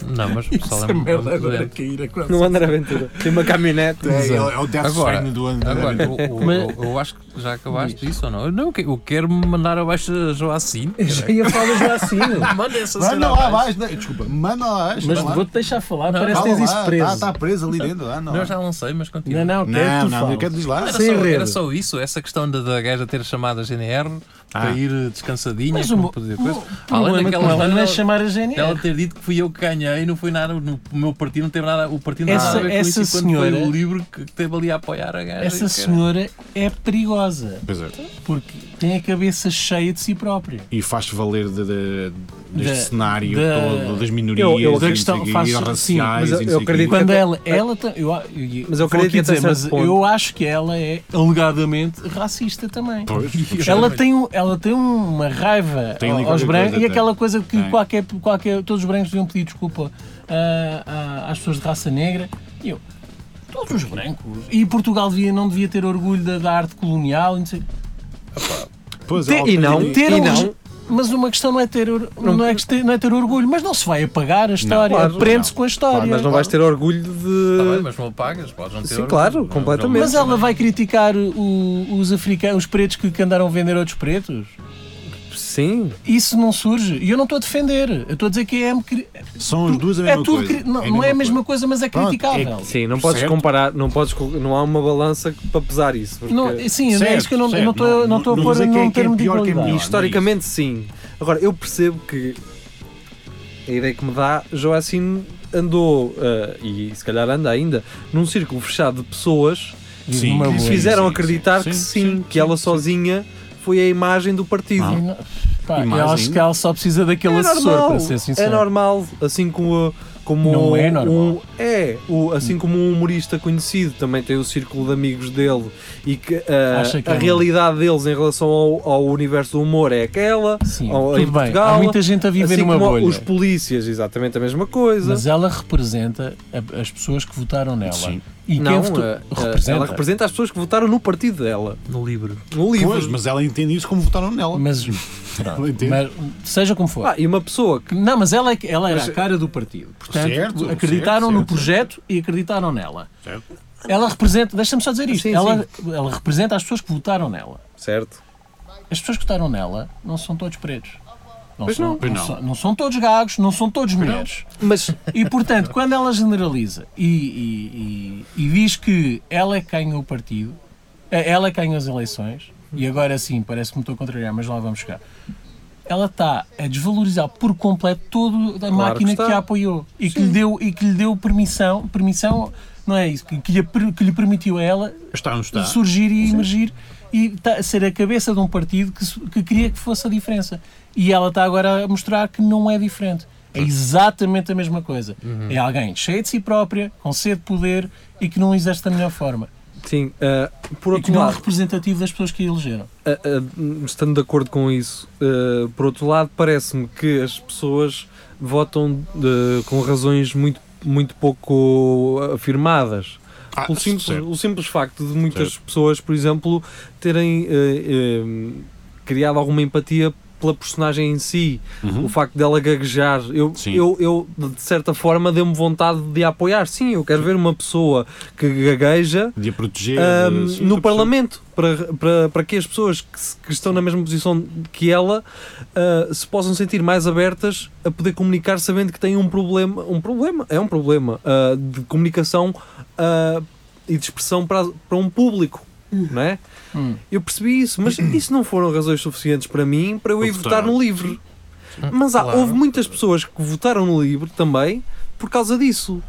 S5: Não, mas o pessoal é
S6: Essa
S5: muito
S6: merda agora
S5: doente.
S6: cair a quase.
S2: no André Aventura. Tem uma caminhonete.
S7: É, é, é o Death
S5: Agora-
S7: Stranding do André
S5: Agora,
S7: Ventura.
S5: eu, eu- eu- eu acho que já acabaste disso ou não? Eu, não, eu quero me mandar abaixo a Joacine.
S6: Já ia falar do
S2: assim.
S6: Joacino.
S5: Manda essa cena
S7: Manda lá
S5: abaixo.
S7: abaixo. né? Desculpa, manda lá abaixo.
S6: Mas
S7: vai lá.
S6: vou-te deixar falar,
S5: Não,
S6: parece que
S7: Fala
S6: tens isso
S7: lá,
S6: preso.
S7: Tá, tá preso ali dentro. Ah, não.
S5: Eu já não sei, mas continua.
S6: Não, é não, quero que
S7: Não,
S6: tu
S7: não,
S6: fales.
S7: eu quero diz lá.
S5: Era
S6: Sem
S5: só,
S6: rede.
S5: era só isso, essa questão da, da gaja ter chamado a GNR
S7: Ah.
S5: para ir descansadinha,
S6: Mas
S5: para
S6: o
S5: não
S6: mo-
S5: poder
S6: o
S5: coisa. Além
S6: problema com
S5: daquela
S6: ela não é
S5: dela,
S6: chamar a
S5: dela
S6: GNR.
S5: ter dito que fui eu que ganhei, não foi nada, no- o meu partido não teve nada, o partido
S6: Essa-
S5: nada a ver com
S6: essa
S5: isso, e quando
S6: senhora-
S5: foi o livro que teve ali a apoiar a gaja.
S6: Essa
S5: cara.
S6: senhora é perigosa
S7: Pois é.
S6: porque tem a cabeça cheia de si própria.
S7: E faz-te valer de, de- deste
S6: Da-
S7: cenário
S6: da-
S7: todo, das minorias,
S2: Eu- eu-
S7: e
S6: da
S7: não
S6: questão-
S7: sei o quê,
S6: faz-
S7: e
S6: sim,
S7: raciais.
S2: mas eu-
S7: e não sei
S2: eu
S7: o quê.
S2: acredito-
S6: Quando
S2: até-
S6: ela, ela tam- eu, eu,
S2: Mas eu
S6: vou
S2: acredito
S6: aqui
S2: até
S6: dizer, mas
S2: certo ponto.
S6: eu acho que ela é alegadamente racista também.
S7: Pois,
S6: Ela tem, um- ela tem uma raiva
S7: Tem ali
S6: ao- aos
S7: qualquer
S6: brancos
S7: coisa,
S6: e
S7: tem.
S6: aquela coisa que
S7: Tem.
S6: qualquer, qualquer, todos os brancos deviam pedir desculpa ah, ah, às pessoas de raça negra. E eu, todos os brancos. E Portugal devia, não devia ter orgulho da, da arte colonial. e Não sei.
S7: Pois,
S2: Te-
S7: ela
S2: e
S7: tem-
S2: não,
S6: Ter
S2: e
S6: um-
S2: não.
S6: Mas uma questão não é ter, or- não, é, que ter- não é ter orgulho, mas não se vai apagar a história.
S2: claro,
S6: Aprende-se com a história.
S2: Ah, Mas não vais ter orgulho de.
S5: Tá bem, mas não pagas, podes não ter
S2: Sim,
S5: orgulho.
S2: claro,
S5: Não- não-
S2: completamente.
S6: Mas ela vai criticar o- os africanos, os pretos que, que andaram a vender outros pretos?
S5: é
S2: Sim.
S6: Isso não surge. E eu não estou a defender. Eu estou a dizer que é, cri-
S7: São as duas a
S6: é
S7: mesma
S6: tudo.
S7: coisa.
S6: cri- Não, não é a mesma coisa, mas é
S7: Pronto,
S6: criticável.
S2: Sim, não podes
S7: Certo.
S2: comparar, não, podes, co- não há uma balança que- para pesar isso. porque-
S6: Não, sim, é
S7: Certo,
S6: isso que eu não eu
S7: certo.
S6: não estou não estou a
S7: Não-
S6: pôr
S7: não dizer que é-
S6: num
S7: que é
S6: termo de
S7: pior que é
S6: igualdade.
S7: melhor.
S2: Historicamente, sim. Agora, eu percebo que a ideia que me dá, Joacim andou, eh, e se calhar anda ainda, num círculo fechado de pessoas
S7: Sim,
S6: Uma
S2: que lhe
S6: boa.
S2: fizeram
S7: sim,
S2: acreditar
S7: sim,
S2: que
S7: sim,
S2: sim,
S7: sim,
S2: que ela sozinha foi a imagem do partido.
S6: E não- é pá,
S7: E
S6: eu
S7: mais
S6: acho
S7: ainda.
S6: que ela só precisa daquele
S2: é
S6: assessor,
S2: normal,
S6: para ser
S2: é
S6: sincero.
S2: normal, assim como como
S6: Não é normal.
S2: um é o, assim como um humorista conhecido também tem o círculo de amigos dele e que, ah,
S6: Acha que
S2: a
S6: é um-
S2: realidade deles em relação ao, ao universo do humor é aquela
S6: Sim,
S2: ao- em
S6: tudo bem.
S2: Portugal
S6: Há muita gente a viver
S2: assim
S6: numa
S2: como
S6: bolha.
S2: os polícias exatamente a mesma coisa
S6: Mas ela representa a- as pessoas que votaram nela.
S7: Sim.
S6: E quem
S2: não
S6: votou-
S2: ah, ah,
S6: representa.
S2: ela representa as pessoas que votaram no partido dela
S5: No livro.
S2: no livro
S7: Pois, mas ela entende isso como votaram nela.
S6: Mas,
S7: Ela entende.
S6: mas seja como for.
S2: Ah, e uma pessoa que
S6: Não, mas ela, é que- ela era a cara do partido. Portanto,
S7: Certo,
S6: acreditaram
S7: certo,
S6: no
S7: certo,
S6: projeto e acreditaram nela.
S7: Certo.
S6: Ela representa, deixa-me só dizer isto,
S2: Sim,
S6: ela, ela representa as pessoas que votaram nela.
S2: certo
S6: As pessoas que votaram nela não são todos pretos. Não
S2: Pois
S6: são,
S2: não.
S7: Pois não.
S6: são, não são todos gagos, não são todos mulheres.
S2: mas
S6: E portanto, quando ela generaliza e, e- e- e diz que ela é que ganha o partido, eh, ela é que ganha as eleições, e agora sim, parece que me estou a contrariar, mas lá vamos chegar. Ela está a desvalorizar por completo toda a máquina que,
S2: está.
S6: a apoiou e que, lhe deu, e que lhe deu permissão, permissão não é isso, que, que lhe, per- que lhe permitiu a ela
S7: Está ou não
S2: Tá.
S7: está?
S6: surgir e emergir e tá- ser a cabeça de um partido que, su- que queria que fosse a diferença. E ela está agora a mostrar que não é diferente. É exatamente a mesma coisa.
S2: Uhum.
S6: É alguém cheio de si própria, com sede de poder e que não exerce da melhor forma.
S2: sim ah, por
S6: E que
S2: outro
S6: não é
S2: lado
S6: representativo das pessoas que a elegeram.
S2: Ah, ah, estando de acordo com isso, ah, por outro lado, parece-me que as pessoas votam de- com razões muito, muito pouco afirmadas.
S7: Ah,
S2: o, simples,
S7: certo.
S2: o simples facto de muitas pessoas, por exemplo, terem ah, ah, criado alguma empatia pela personagem em si,
S7: Uhum.
S2: o facto dela gaguejar, eu,
S7: Sim.
S2: eu, eu de certa forma deu-me vontade de a apoiar. Sim, eu quero ver uma pessoa que gagueja
S7: De a proteger.
S3: é
S2: Ahm,
S7: de- sim,
S2: no
S7: eu percebo.
S2: Parlamento para, para, para que as pessoas que, se- que estão na mesma posição que ela ah, se possam sentir mais abertas a poder comunicar sabendo que têm um problema um problema é um problema ah, de comunicação ah, e de expressão para, para um público não é?
S6: Hum.
S2: Eu percebi isso, mas isso não foram razões suficientes para mim para eu
S7: Para
S2: ir
S7: votar.
S2: votar no livro. Mas há, houve muitas pessoas que votaram no livro também por causa disso,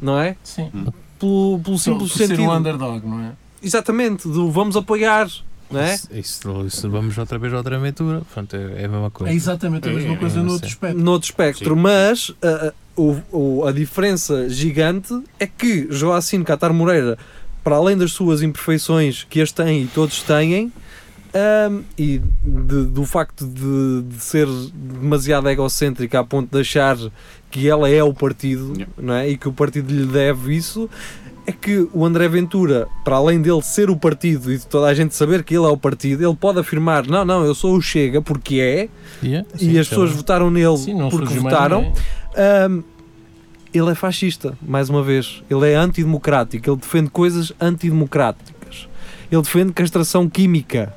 S2: não é?
S6: Sim.
S5: Uhum.
S2: Pelo, pelo
S6: Simples
S2: simples
S6: ser
S2: sentido.
S6: um underdog, não é?
S2: Exatamente, do vamos apoiar, não é?
S5: Isso, isso- isso- vamos outra vez à outra aventura. Portanto, é, é a mesma coisa.
S6: É exatamente a
S7: É,
S6: mesma
S7: é,
S6: coisa
S5: é,
S6: no
S5: sim.
S6: outro aspecto.
S2: No outro espectro,
S7: Sim.
S2: mas a, a- o- o- a diferença gigante é que Joacim Catar Moreira, para além das suas imperfeições que as têm e todos têm, hum, e de- do facto de, de ser demasiado egocêntrica a ponto de achar que ela é o partido
S7: Yeah.
S2: não é? e que o partido lhe deve isso, é que o André Ventura, para além dele ser o partido e de toda a gente saber que ele é o partido, ele pode afirmar: não, não, eu sou o Chega porque é,
S5: Yeah,
S2: e
S5: sim,
S2: as pessoas
S5: então,
S2: votaram nele
S6: Sim, não
S2: porque
S6: surgiu mais
S2: votaram.
S6: ninguém.
S2: Ahm, ele é fascista, mais uma vez. Ele é antidemocrático, ele defende coisas antidemocráticas. Ele defende castração química.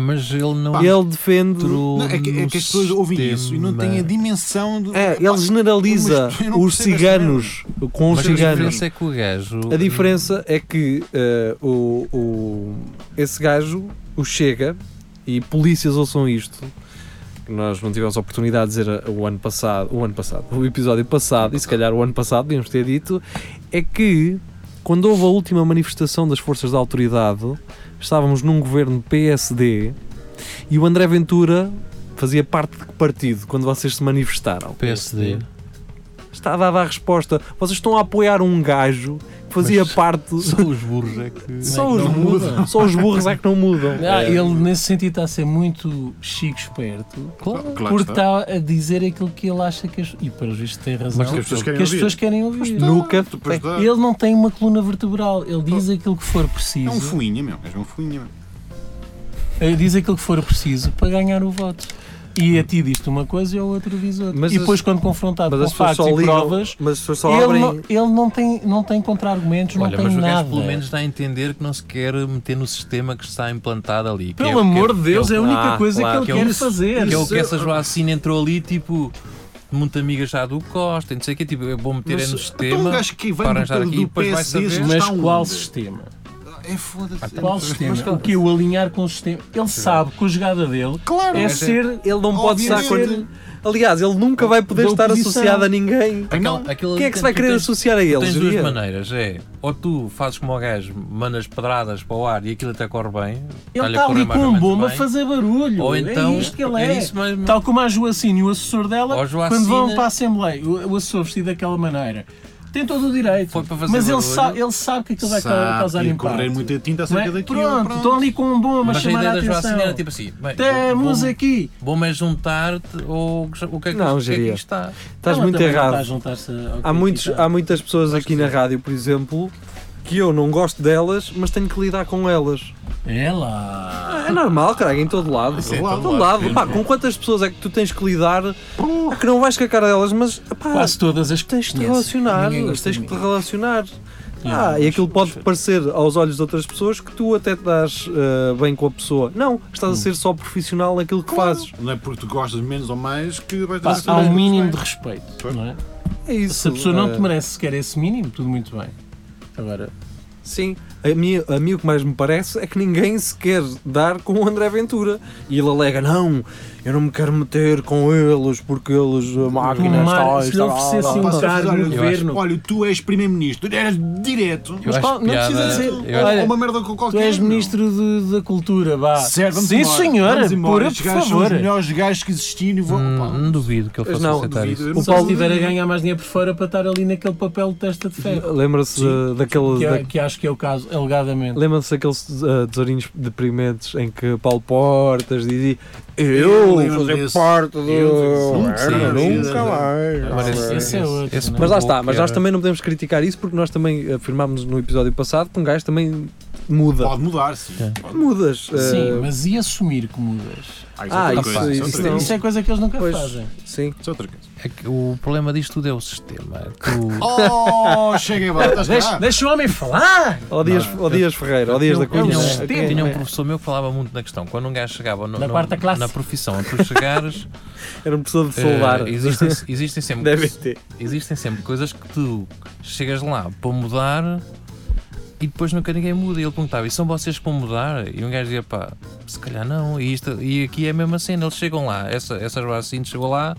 S5: Mas ele não
S2: Ele defende.
S5: entrou
S7: Não, é, que, é que as pessoas ouvem isso e não têm a dimensão do.
S2: É, ele generaliza
S7: Mas eu não
S2: os
S7: percebo esta
S2: ciganos com os
S5: Mas a
S2: ciganos.
S5: diferença é que o gajo.
S2: A diferença é que eh, o, o- esse gajo, o Chega, E polícias ouçam isto. que Nós não tivemos a oportunidade de dizer eh, o ano passado, o ano passado, o episódio passado, e se calhar o ano passado, devíamos ter dito, é que quando houve a última manifestação das forças da autoridade, estávamos num governo PSD e o André Ventura fazia parte de que partido quando vocês se manifestaram?
S5: PSD.
S2: Está dada a resposta. Vocês estão a apoiar um gajo que fazia parte.
S5: Só os burros é que.
S2: Só
S6: Não
S2: os,
S6: muda.
S2: burros, só os burros é que não mudam.
S6: Ah, Ele, nesse sentido, está a ser muito chique esperto
S7: Claro, claro
S6: porque
S7: que está.
S6: está a dizer aquilo que ele acha que as. E para os vistos tem razão.
S7: Mas que as pessoas querem
S6: que as
S7: ouvir.
S6: pessoas querem ouvir.
S2: Nunca.
S7: Depois dá-
S6: Ele não tem uma coluna vertebral. Ele diz aquilo que for
S7: É um
S6: preciso.
S7: fuinha, meu. És um fuinha, meu.
S6: Ele diz aquilo que for preciso para ganhar o voto. E a ti diz-te uma coisa e ao outro diz outra.
S2: Mas
S6: e
S2: as-
S6: depois, quando confrontado
S2: Mas
S6: com
S2: as pessoas
S6: factos
S2: só
S6: e
S2: ligam.
S6: provas,
S2: Mas as pessoas só
S6: ele,
S2: abrem.
S6: não, ele não tem, não tem contra-argumentos, não
S5: Olha, mas
S6: tem
S5: o
S6: nada.
S5: gajo pelo menos dá a entender que não se quer meter no sistema que está implantado ali. que é
S6: Pelo
S5: o que-
S6: amor de
S5: que é o-
S6: Deus, é a única
S2: Ah,
S6: coisa
S2: claro,
S6: que
S5: que
S6: ele
S5: é
S6: quer
S5: isso-
S6: fazer.
S5: Que é o que essa Joacina entrou ali, tipo, muito amiga já do Costa, e não sei o quê, tipo, eu vou meter é no
S7: Então um
S5: sistema.
S7: gajo que vai
S5: para
S7: meter
S5: arranjar aqui,
S7: do
S5: depois vai
S7: PSD,
S5: saber.
S7: se
S6: Mas
S7: está um-
S6: qual sistema?
S7: É foda-se.
S6: Qual sistema? O que o alinhar com o sistema? Ele sabe que a jogada dele
S7: Claro.
S6: é
S7: É
S6: ser.
S2: Ele não pode estar.
S7: Obviamente.
S2: quando- Aliás, ele nunca vai poder
S6: Da
S2: estar
S6: oposição.
S2: associado a ninguém.
S5: Aquela- aquela-
S2: Quem é que se vai
S5: tu
S2: querer
S5: tens-
S2: associar a
S5: tu
S2: ele?
S5: Tens
S2: diria?
S5: duas maneiras, é ou tu fazes como o gajo, manas pedradas para o ar e aquilo até corre bem,
S6: Ele
S5: está-lhe a
S6: está
S5: correr
S6: ali
S5: mais
S6: com
S5: ou
S6: um
S5: menos
S6: bomba a
S5: bem,
S6: fazer barulho.
S5: ou então
S6: é isto que ele é.
S5: isso mesmo.
S6: Tal como a Joacine e o assessor dela,
S5: Ó, Joacine-
S6: quando vão para a Assembleia, o, o assessor vestido daquela maneira, tem todo o direito.
S5: Foi para fazer
S6: mas ele,
S5: barulho.
S6: sa- ele sabe que aquilo vai ca- causar
S7: e correr
S6: impacto.
S7: muita tinta
S6: não é?
S7: acerca daquilo.
S6: Pronto, estão ali com um bomba a
S5: mas a
S6: chamar
S5: ideia
S6: a
S5: da
S6: atenção.
S5: Joacina era tipo assim, bem,
S6: Estamos
S5: vou-
S6: aqui.
S5: vou- vou-me é juntar-te ou o que o que é que,
S2: Não,
S5: o que, é que
S2: geria.
S5: isto está?
S2: Estás
S6: Ela
S2: muito
S6: também não
S2: errado.
S6: está a juntar-se ao
S2: Há,
S6: que
S2: muitos,
S6: está.
S2: há muitas pessoas aqui na rádio, por exemplo, que eu não gosto delas, mas tenho que lidar com elas.
S6: É lá.
S2: É normal, caralho, em todo lado.
S7: é
S2: em
S7: todo
S2: todo
S7: lado,
S2: lado. Pá, com quantas pessoas é que tu tens que lidar? É que não vais com a cara delas, mas pá,
S6: Quase todas as
S2: tens de te
S6: conheces.
S2: relacionar.
S6: Ninguém gosta
S2: Tens
S6: de
S2: que te
S6: mim.
S2: relacionar. Ah,
S6: mas-
S2: e aquilo pode parecer aos olhos de outras pessoas que tu até te dás eh, bem com a pessoa. Não,
S6: Hum.
S2: estás a ser só profissional naquilo que fazes.
S7: Não é porque tu gostas menos ou mais que vais
S6: Pá,
S7: ter
S6: há um mínimo de respeito, não é?
S2: É isso.
S6: Se a pessoa não te
S2: eh,
S6: merece sequer esse mínimo, tudo muito bem. Agora,
S2: Sim, a mim, a mim o que mais me parece é que ninguém se quer dar com o André Ventura. E ele alega: não, eu não me quero meter com eles porque eles, eh, a máquina
S6: Tomara,
S2: está.
S6: se lhe
S2: está-
S6: oferecessem um
S7: Passa a
S6: cargo
S7: fazer-
S6: no
S7: Eu
S6: governo,
S7: Olha, tu és primeiro-ministro, eras direto.
S5: Eu acho
S6: qual- não
S5: piada-
S6: precisa dizer-
S5: eu
S7: Ou-
S5: acho-
S6: olha,
S7: ou uma merda com qualquer.
S6: tu és
S7: meu.
S6: ministro de- da cultura, vá.
S7: Certo, vamos
S6: Sim,
S7: embora.
S6: senhora,
S7: Vamos embora.
S6: pura,
S7: Estes
S6: por
S7: gajos são
S6: favor.
S7: os melhores gajos que existiram e vou.
S5: Hum,
S7: Opa,
S5: Não duvido que ele
S2: Mas
S5: faça
S2: não,
S5: aceitar
S7: duvido,
S5: isso.
S7: eu não
S6: O
S7: sei
S6: Paulo
S7: se-
S6: estiver a ganhar mais dinheiro por fora para estar ali naquele papel de testa de ferro.
S2: Lembra-se da- daquele.
S6: Que, é-
S2: da-
S6: que acho que é o caso, alegadamente.
S2: Lembra-se daqueles eh, tesourinhos deprimentes em que Paulo Portas dizia eu vou
S7: lembro
S2: fazer
S7: desse.
S2: parte do.
S7: Eu lembro desse.
S2: Era
S5: Sim,
S2: nunca
S5: Agora,
S2: mais.
S6: esse- esse é outro,
S5: esse
S6: não é?
S2: Mas lá
S5: provocou
S2: está, mas
S5: que
S2: nós
S5: era-
S2: também não podemos criticar isso porque nós também afirmámos no episódio passado que um gajo também muda.
S7: Pode mudar,
S6: É.
S7: sim.
S2: Mudas. eh,
S6: Sim, mas e assumir que mudas?
S2: Ah,
S7: outra
S2: isso-
S7: coisa,
S2: isso
S7: outra
S2: não.
S7: coisa.
S6: Isso é coisa que eles nunca
S2: Pois.
S6: fazem.
S2: Sim.
S7: Isso é outra coisa.
S5: É que o problema disto tudo é o sistema. Tu...
S7: Oh, cheguem lá, estás
S6: Deixa,
S2: Ah.
S7: cá.
S6: deixa o homem falar!
S2: Ó Dias, ó Dias Ferreira, ó Dias da Cunha.
S5: Tinha um-
S2: É,
S5: tinha, um,
S2: é,
S5: professor meu que falava muito na questão. Quando um gajo chegava no-
S6: Na
S5: no-
S6: quarta classe.
S5: na profissão, tu chegares,
S2: Era um professor de soldar.
S5: eh, existem, existem, sempre,
S2: Deve ter.
S5: existem sempre coisas que tu chegas lá para mudar e depois nunca ninguém muda. E ele perguntava: e são vocês que vão mudar? E um gajo dizia: pá, se calhar não. E, isto, e aqui é a mesma cena. Eles chegam lá, essa, essa Joacine chegou lá.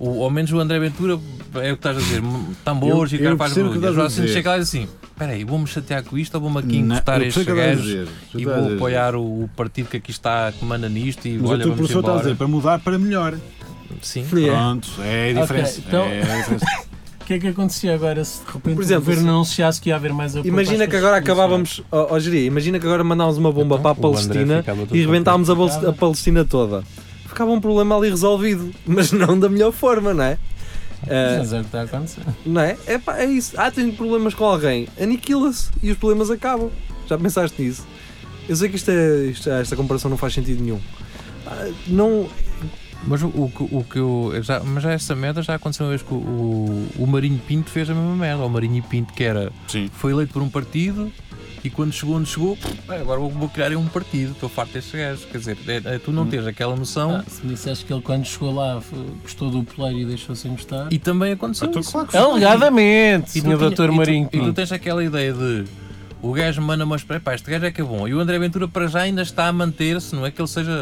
S5: O, ao menos o André Ventura é o que estás a dizer, tambores
S7: Eu-
S5: e o cara
S7: eu
S5: faz
S7: percebo o que
S5: barulho. A
S7: estás a
S5: Joacine
S7: dizer.
S5: chega lá e diz assim: peraí, vou-me chatear com isto ou vou-me aqui
S7: Não,
S5: encostar
S7: eu
S5: a
S7: percebo
S5: estes
S7: o que estás a
S5: gajos?
S7: dizer, eu percebo o que
S5: e
S7: estás a
S5: vou
S7: dizer.
S5: apoiar o, o partido que aqui está que manda nisto e
S7: Mas o
S5: olha,
S7: teu
S5: vamos
S7: professor está a
S5: embora.
S7: dizer para mudar para melhor.
S5: Sim. Ah,
S7: Pronto, é a diferença.
S6: então-
S7: É a diferença.
S6: O que é que acontecia agora se de repente
S2: Por exemplo,
S6: o governo
S2: se-
S6: anunciasse que ia haver mais apoio para
S2: Imagina
S6: as
S2: que agora
S6: pessoas
S2: acabávamos, ó ó, Jeria, imagina que agora mandámos uma bomba
S5: Então,
S2: para a
S5: o André
S2: Palestina
S5: ficava todo
S2: e rebentámos a, Bal- a
S6: ficava.
S2: Palestina toda. Ficava um problema ali resolvido, mas não da melhor forma, não é? Ah,
S7: eh,
S6: Mas é o que está a acontecer.
S2: não é? É, pá, é isso. Ah, tenho problemas com alguém. Aniquila-se e os problemas acabam. Já pensaste nisso? Eu sei que isto é- isto- esta comparação não faz sentido nenhum. Ah, não,
S5: Mas o, o que- o que eu. Já, mas já essa merda já aconteceu uma vez que o, o, o Marinho Pinto fez a mesma merda. O Marinho Pinto, que era.
S7: Sim.
S5: Foi eleito por um partido e quando chegou onde chegou, "Ah, agora vou, vou criar um partido. Estou farto deste gajo. Quer dizer, é- é tu não tens aquela noção.
S6: Hum. Ah, se me disseste que ele quando chegou lá f- gostou do poleiro e deixou sem gostar. Ah,
S7: Então,
S6: é
S5: E também aconteceu. isso.
S6: Alegadamente,
S5: E tu
S6: senhor
S5: tinha-
S6: Dr.
S5: e tu-
S6: Marinho
S5: E tu
S6: Pinto.
S5: tens aquela ideia de O gajo manda umas para pá, este gajo é que é bom. E o André Ventura para já ainda está a manter-se, não é que ele seja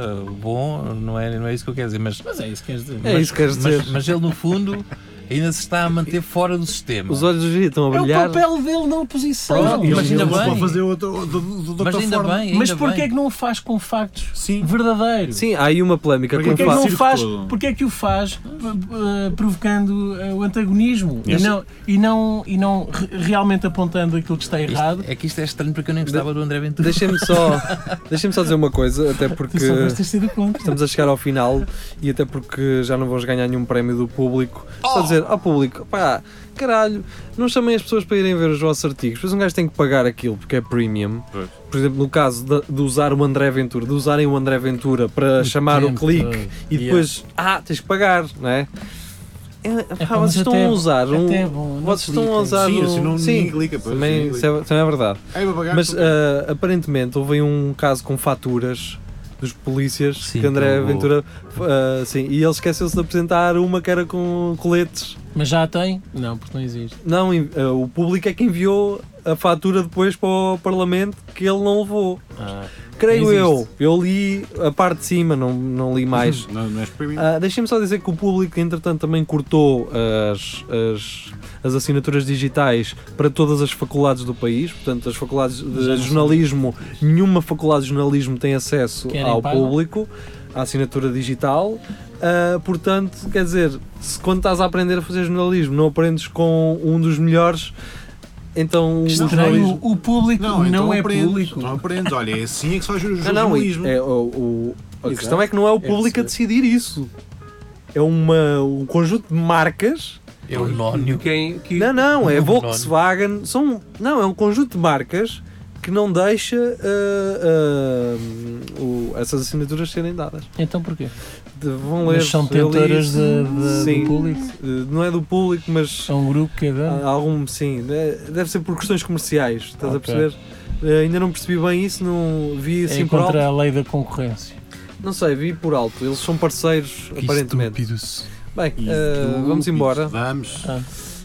S5: bom, não é, não é isso que eu quero dizer, mas,
S6: Mas é isso que queres dizer.
S2: É isso que queres dizer.
S5: mas, mas ele no fundo ainda se está a manter fora do sistema.
S2: Os olhos do Gigi estão a
S6: É o
S2: brilhar.
S6: papel dele na oposição.
S5: Pronto, mas
S7: Ele
S5: ainda
S7: não pode
S5: bem.
S7: fazer outra, outra, outra
S5: Mas ainda
S7: forma.
S5: bem, ainda
S6: Mas porquê é
S5: bem.
S6: que não o faz com factos
S7: Sim.
S6: verdadeiros?
S2: Sim, há aí uma polémica
S7: Porque
S2: com
S6: Porquê é que
S2: fa-
S6: não o
S7: Circo
S6: faz?
S7: todo.
S6: Porquê é que o faz p- p- provocando eh, o antagonismo e não, e não, e não re- realmente apontando aquilo que está
S5: Isto-
S6: errado?
S5: é que isto é estranho porque eu nem gostava do André Ventura.
S2: Deixem-me só, deixem só dizer uma coisa, até porque
S6: Tu só vais ter sido contra.
S2: estamos a chegar ao final e até porque já não vamos ganhar nenhum prémio do público.
S6: Oh.
S2: Só dizer ao público, pá, caralho, não chamem as pessoas para irem ver os vossos artigos, pois um gajo tem que pagar aquilo porque é premium. Por exemplo, no caso de, de usar o André Ventura, de usarem o André Ventura para chamar o
S6: tempo
S2: clique
S6: todo.
S2: e depois, ah, tens que pagar, não é? É, pá,
S6: pá, mas
S2: vocês estão
S6: até-
S2: a usar um.
S6: até é bom, não
S2: vocês estão a
S6: cliquem.
S2: usar
S7: Sim,
S2: um-
S7: assim não-
S2: sim,
S7: ninguém clica, pois,
S2: também,
S7: ninguém
S2: isso é- também é verdade.
S7: Ai, vou pagar
S2: Mas
S7: por-
S2: ah, aparentemente houve aí um caso com faturas dos polícias
S5: Sim,
S2: que André
S5: que eu-
S2: Ventura. ah, sim, e ele esqueceu-se de apresentar uma que era com coletes.
S6: Mas já tem? Não, porque não existe.
S2: Não, em- ah, o público é que enviou a fatura depois para o Parlamento que ele não levou.
S6: Ah,
S2: Creio
S6: Existe.
S2: eu. Eu li a parte de cima, não, não li mais.
S7: Não, é não és para mim.
S2: Ah, Deixem-me só dizer que o público, entretanto, também cortou as, as, as assinaturas digitais para todas as faculdades do país. Portanto, as faculdades
S6: Já
S2: de
S6: não
S2: jornalismo, nenhuma faculdade de jornalismo tem acesso
S6: Querem
S2: ao
S6: paga?
S2: público, à assinatura digital. Ah, portanto, quer dizer, se quando estás a aprender a fazer jornalismo não aprendes com um dos melhores, então o
S6: estranho,
S2: jornalismo.
S6: o público não,
S7: então
S6: é
S7: aprendes,
S6: público.
S7: Não aprendes. Olha, é assim é que se faz o
S2: Ah, não, e-
S7: jornalismo.
S2: é, o- o- a questão é que não é o público a decidir isso. É uma, um conjunto de marcas
S5: É o nónio.
S4: Quem, que,
S2: Não, não, é
S5: Não,
S2: Volkswagen. São, não, é um conjunto de marcas que não deixa ah, ah, o- essas assinaturas serem dadas.
S6: Então porquê?
S2: De- vão ler.
S6: Mas são
S2: eu li
S6: tentadoras
S2: isso.
S6: de- de-
S2: Sim.
S6: do público?
S2: Eh, Não é do público, mas
S6: São um grupo que é
S2: há
S6: dono?
S2: algum, sim. de- Deve ser por questões comerciais, estás a
S6: Ok.
S2: perceber? Eh, ainda não percebi bem isso, não vi
S6: É
S2: assim por alto.
S6: contra a lei da concorrência.
S2: Não sei, vi por alto. Eles são parceiros,
S5: Que
S2: aparentemente.
S5: estúpidos.
S2: Bem,
S7: E
S2: eh,
S7: tu,
S2: vamos
S7: e
S2: embora.
S7: Vamos.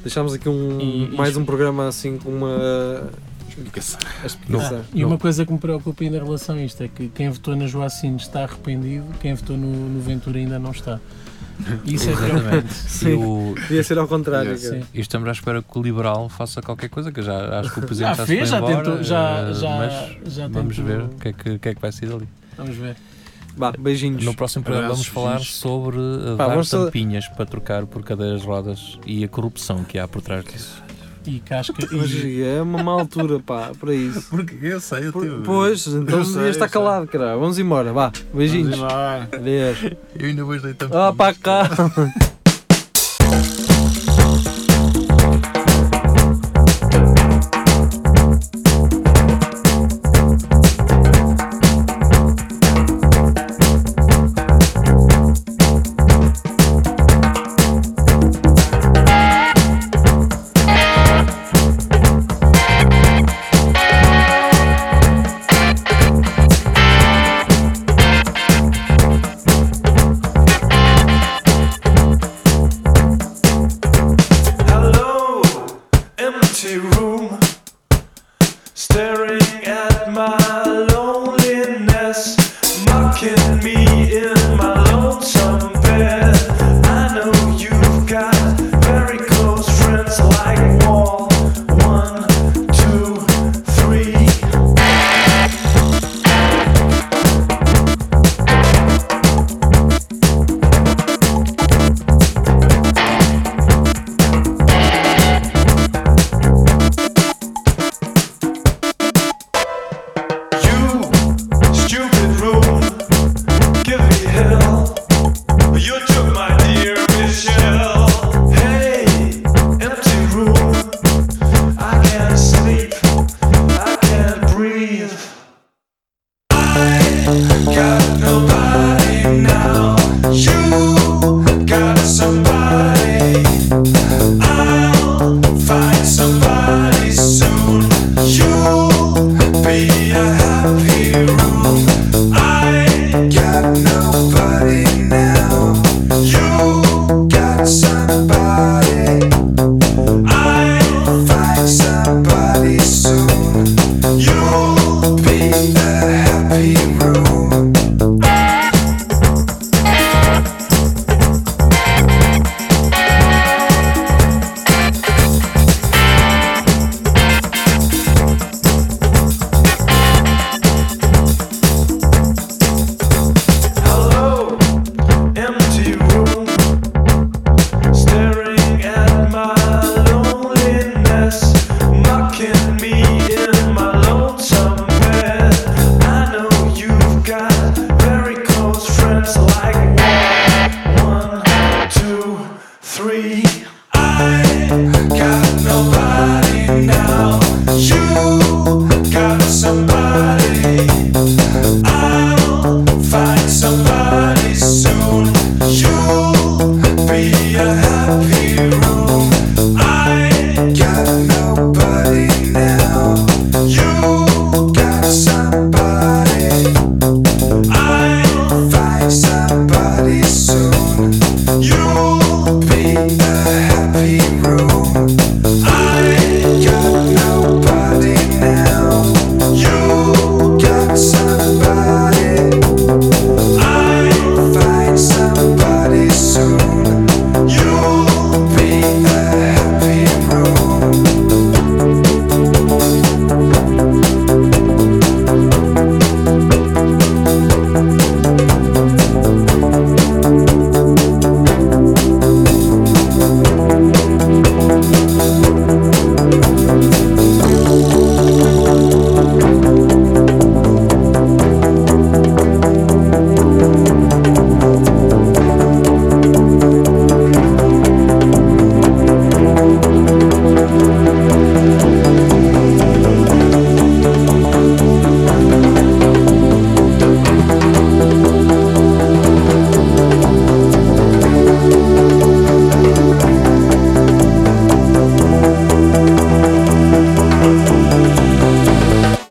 S2: Deixámos aqui um,
S6: E- e-
S2: mais um programa assim com uma eh,
S7: Explicação.
S2: a explicação.
S6: Ah, e uma coisa que me preocupa ainda em relação a isto é que quem votou na Joacine está arrependido, quem votou no, no Ventura ainda não está. Isso é preocupante.
S5: Exatamente. E o-
S2: Devia ser ao contrário.
S7: Yes.
S2: cara.
S6: Sim.
S5: e estamos à espera que o liberal faça qualquer coisa, que eu já acho que o presidente
S6: Já
S5: já,
S6: Ah, fez,
S5: se foi
S6: já
S5: embora,
S6: tentou, já,
S5: eh,
S6: já,
S5: mas
S6: já
S5: vamos
S6: tentou-
S5: ver o que, é que, o que é que vai sair dali.
S6: Vamos ver.
S2: Bah, beijinhos.
S5: No próximo programa vamos
S7: Abraços,
S5: falar
S7: beijinhos.
S5: sobre eh,
S2: Pá,
S5: dar
S2: vamos falar-
S5: tampinhas para trocar por cadeiras rodas e a corrupção que há por trás disso.
S6: E casca.
S2: Mas
S6: E,
S2: é uma má altura, pá, para isso.
S5: Porque eu sei, eu
S2: Pois, então
S7: Eu
S2: devia
S7: sei,
S2: estar
S7: eu sei.
S2: calado, cara. Vamos embora, vá. Beijinhos.
S7: Vai.
S2: Adeus.
S5: Eu ainda hoje dei tampinhas.
S2: Ah, para cá.
S8: Hello, empty room. Staring at my loneliness, mocking me in my lonesome bed. I know you've got very close friends like wall. One, two, three. Some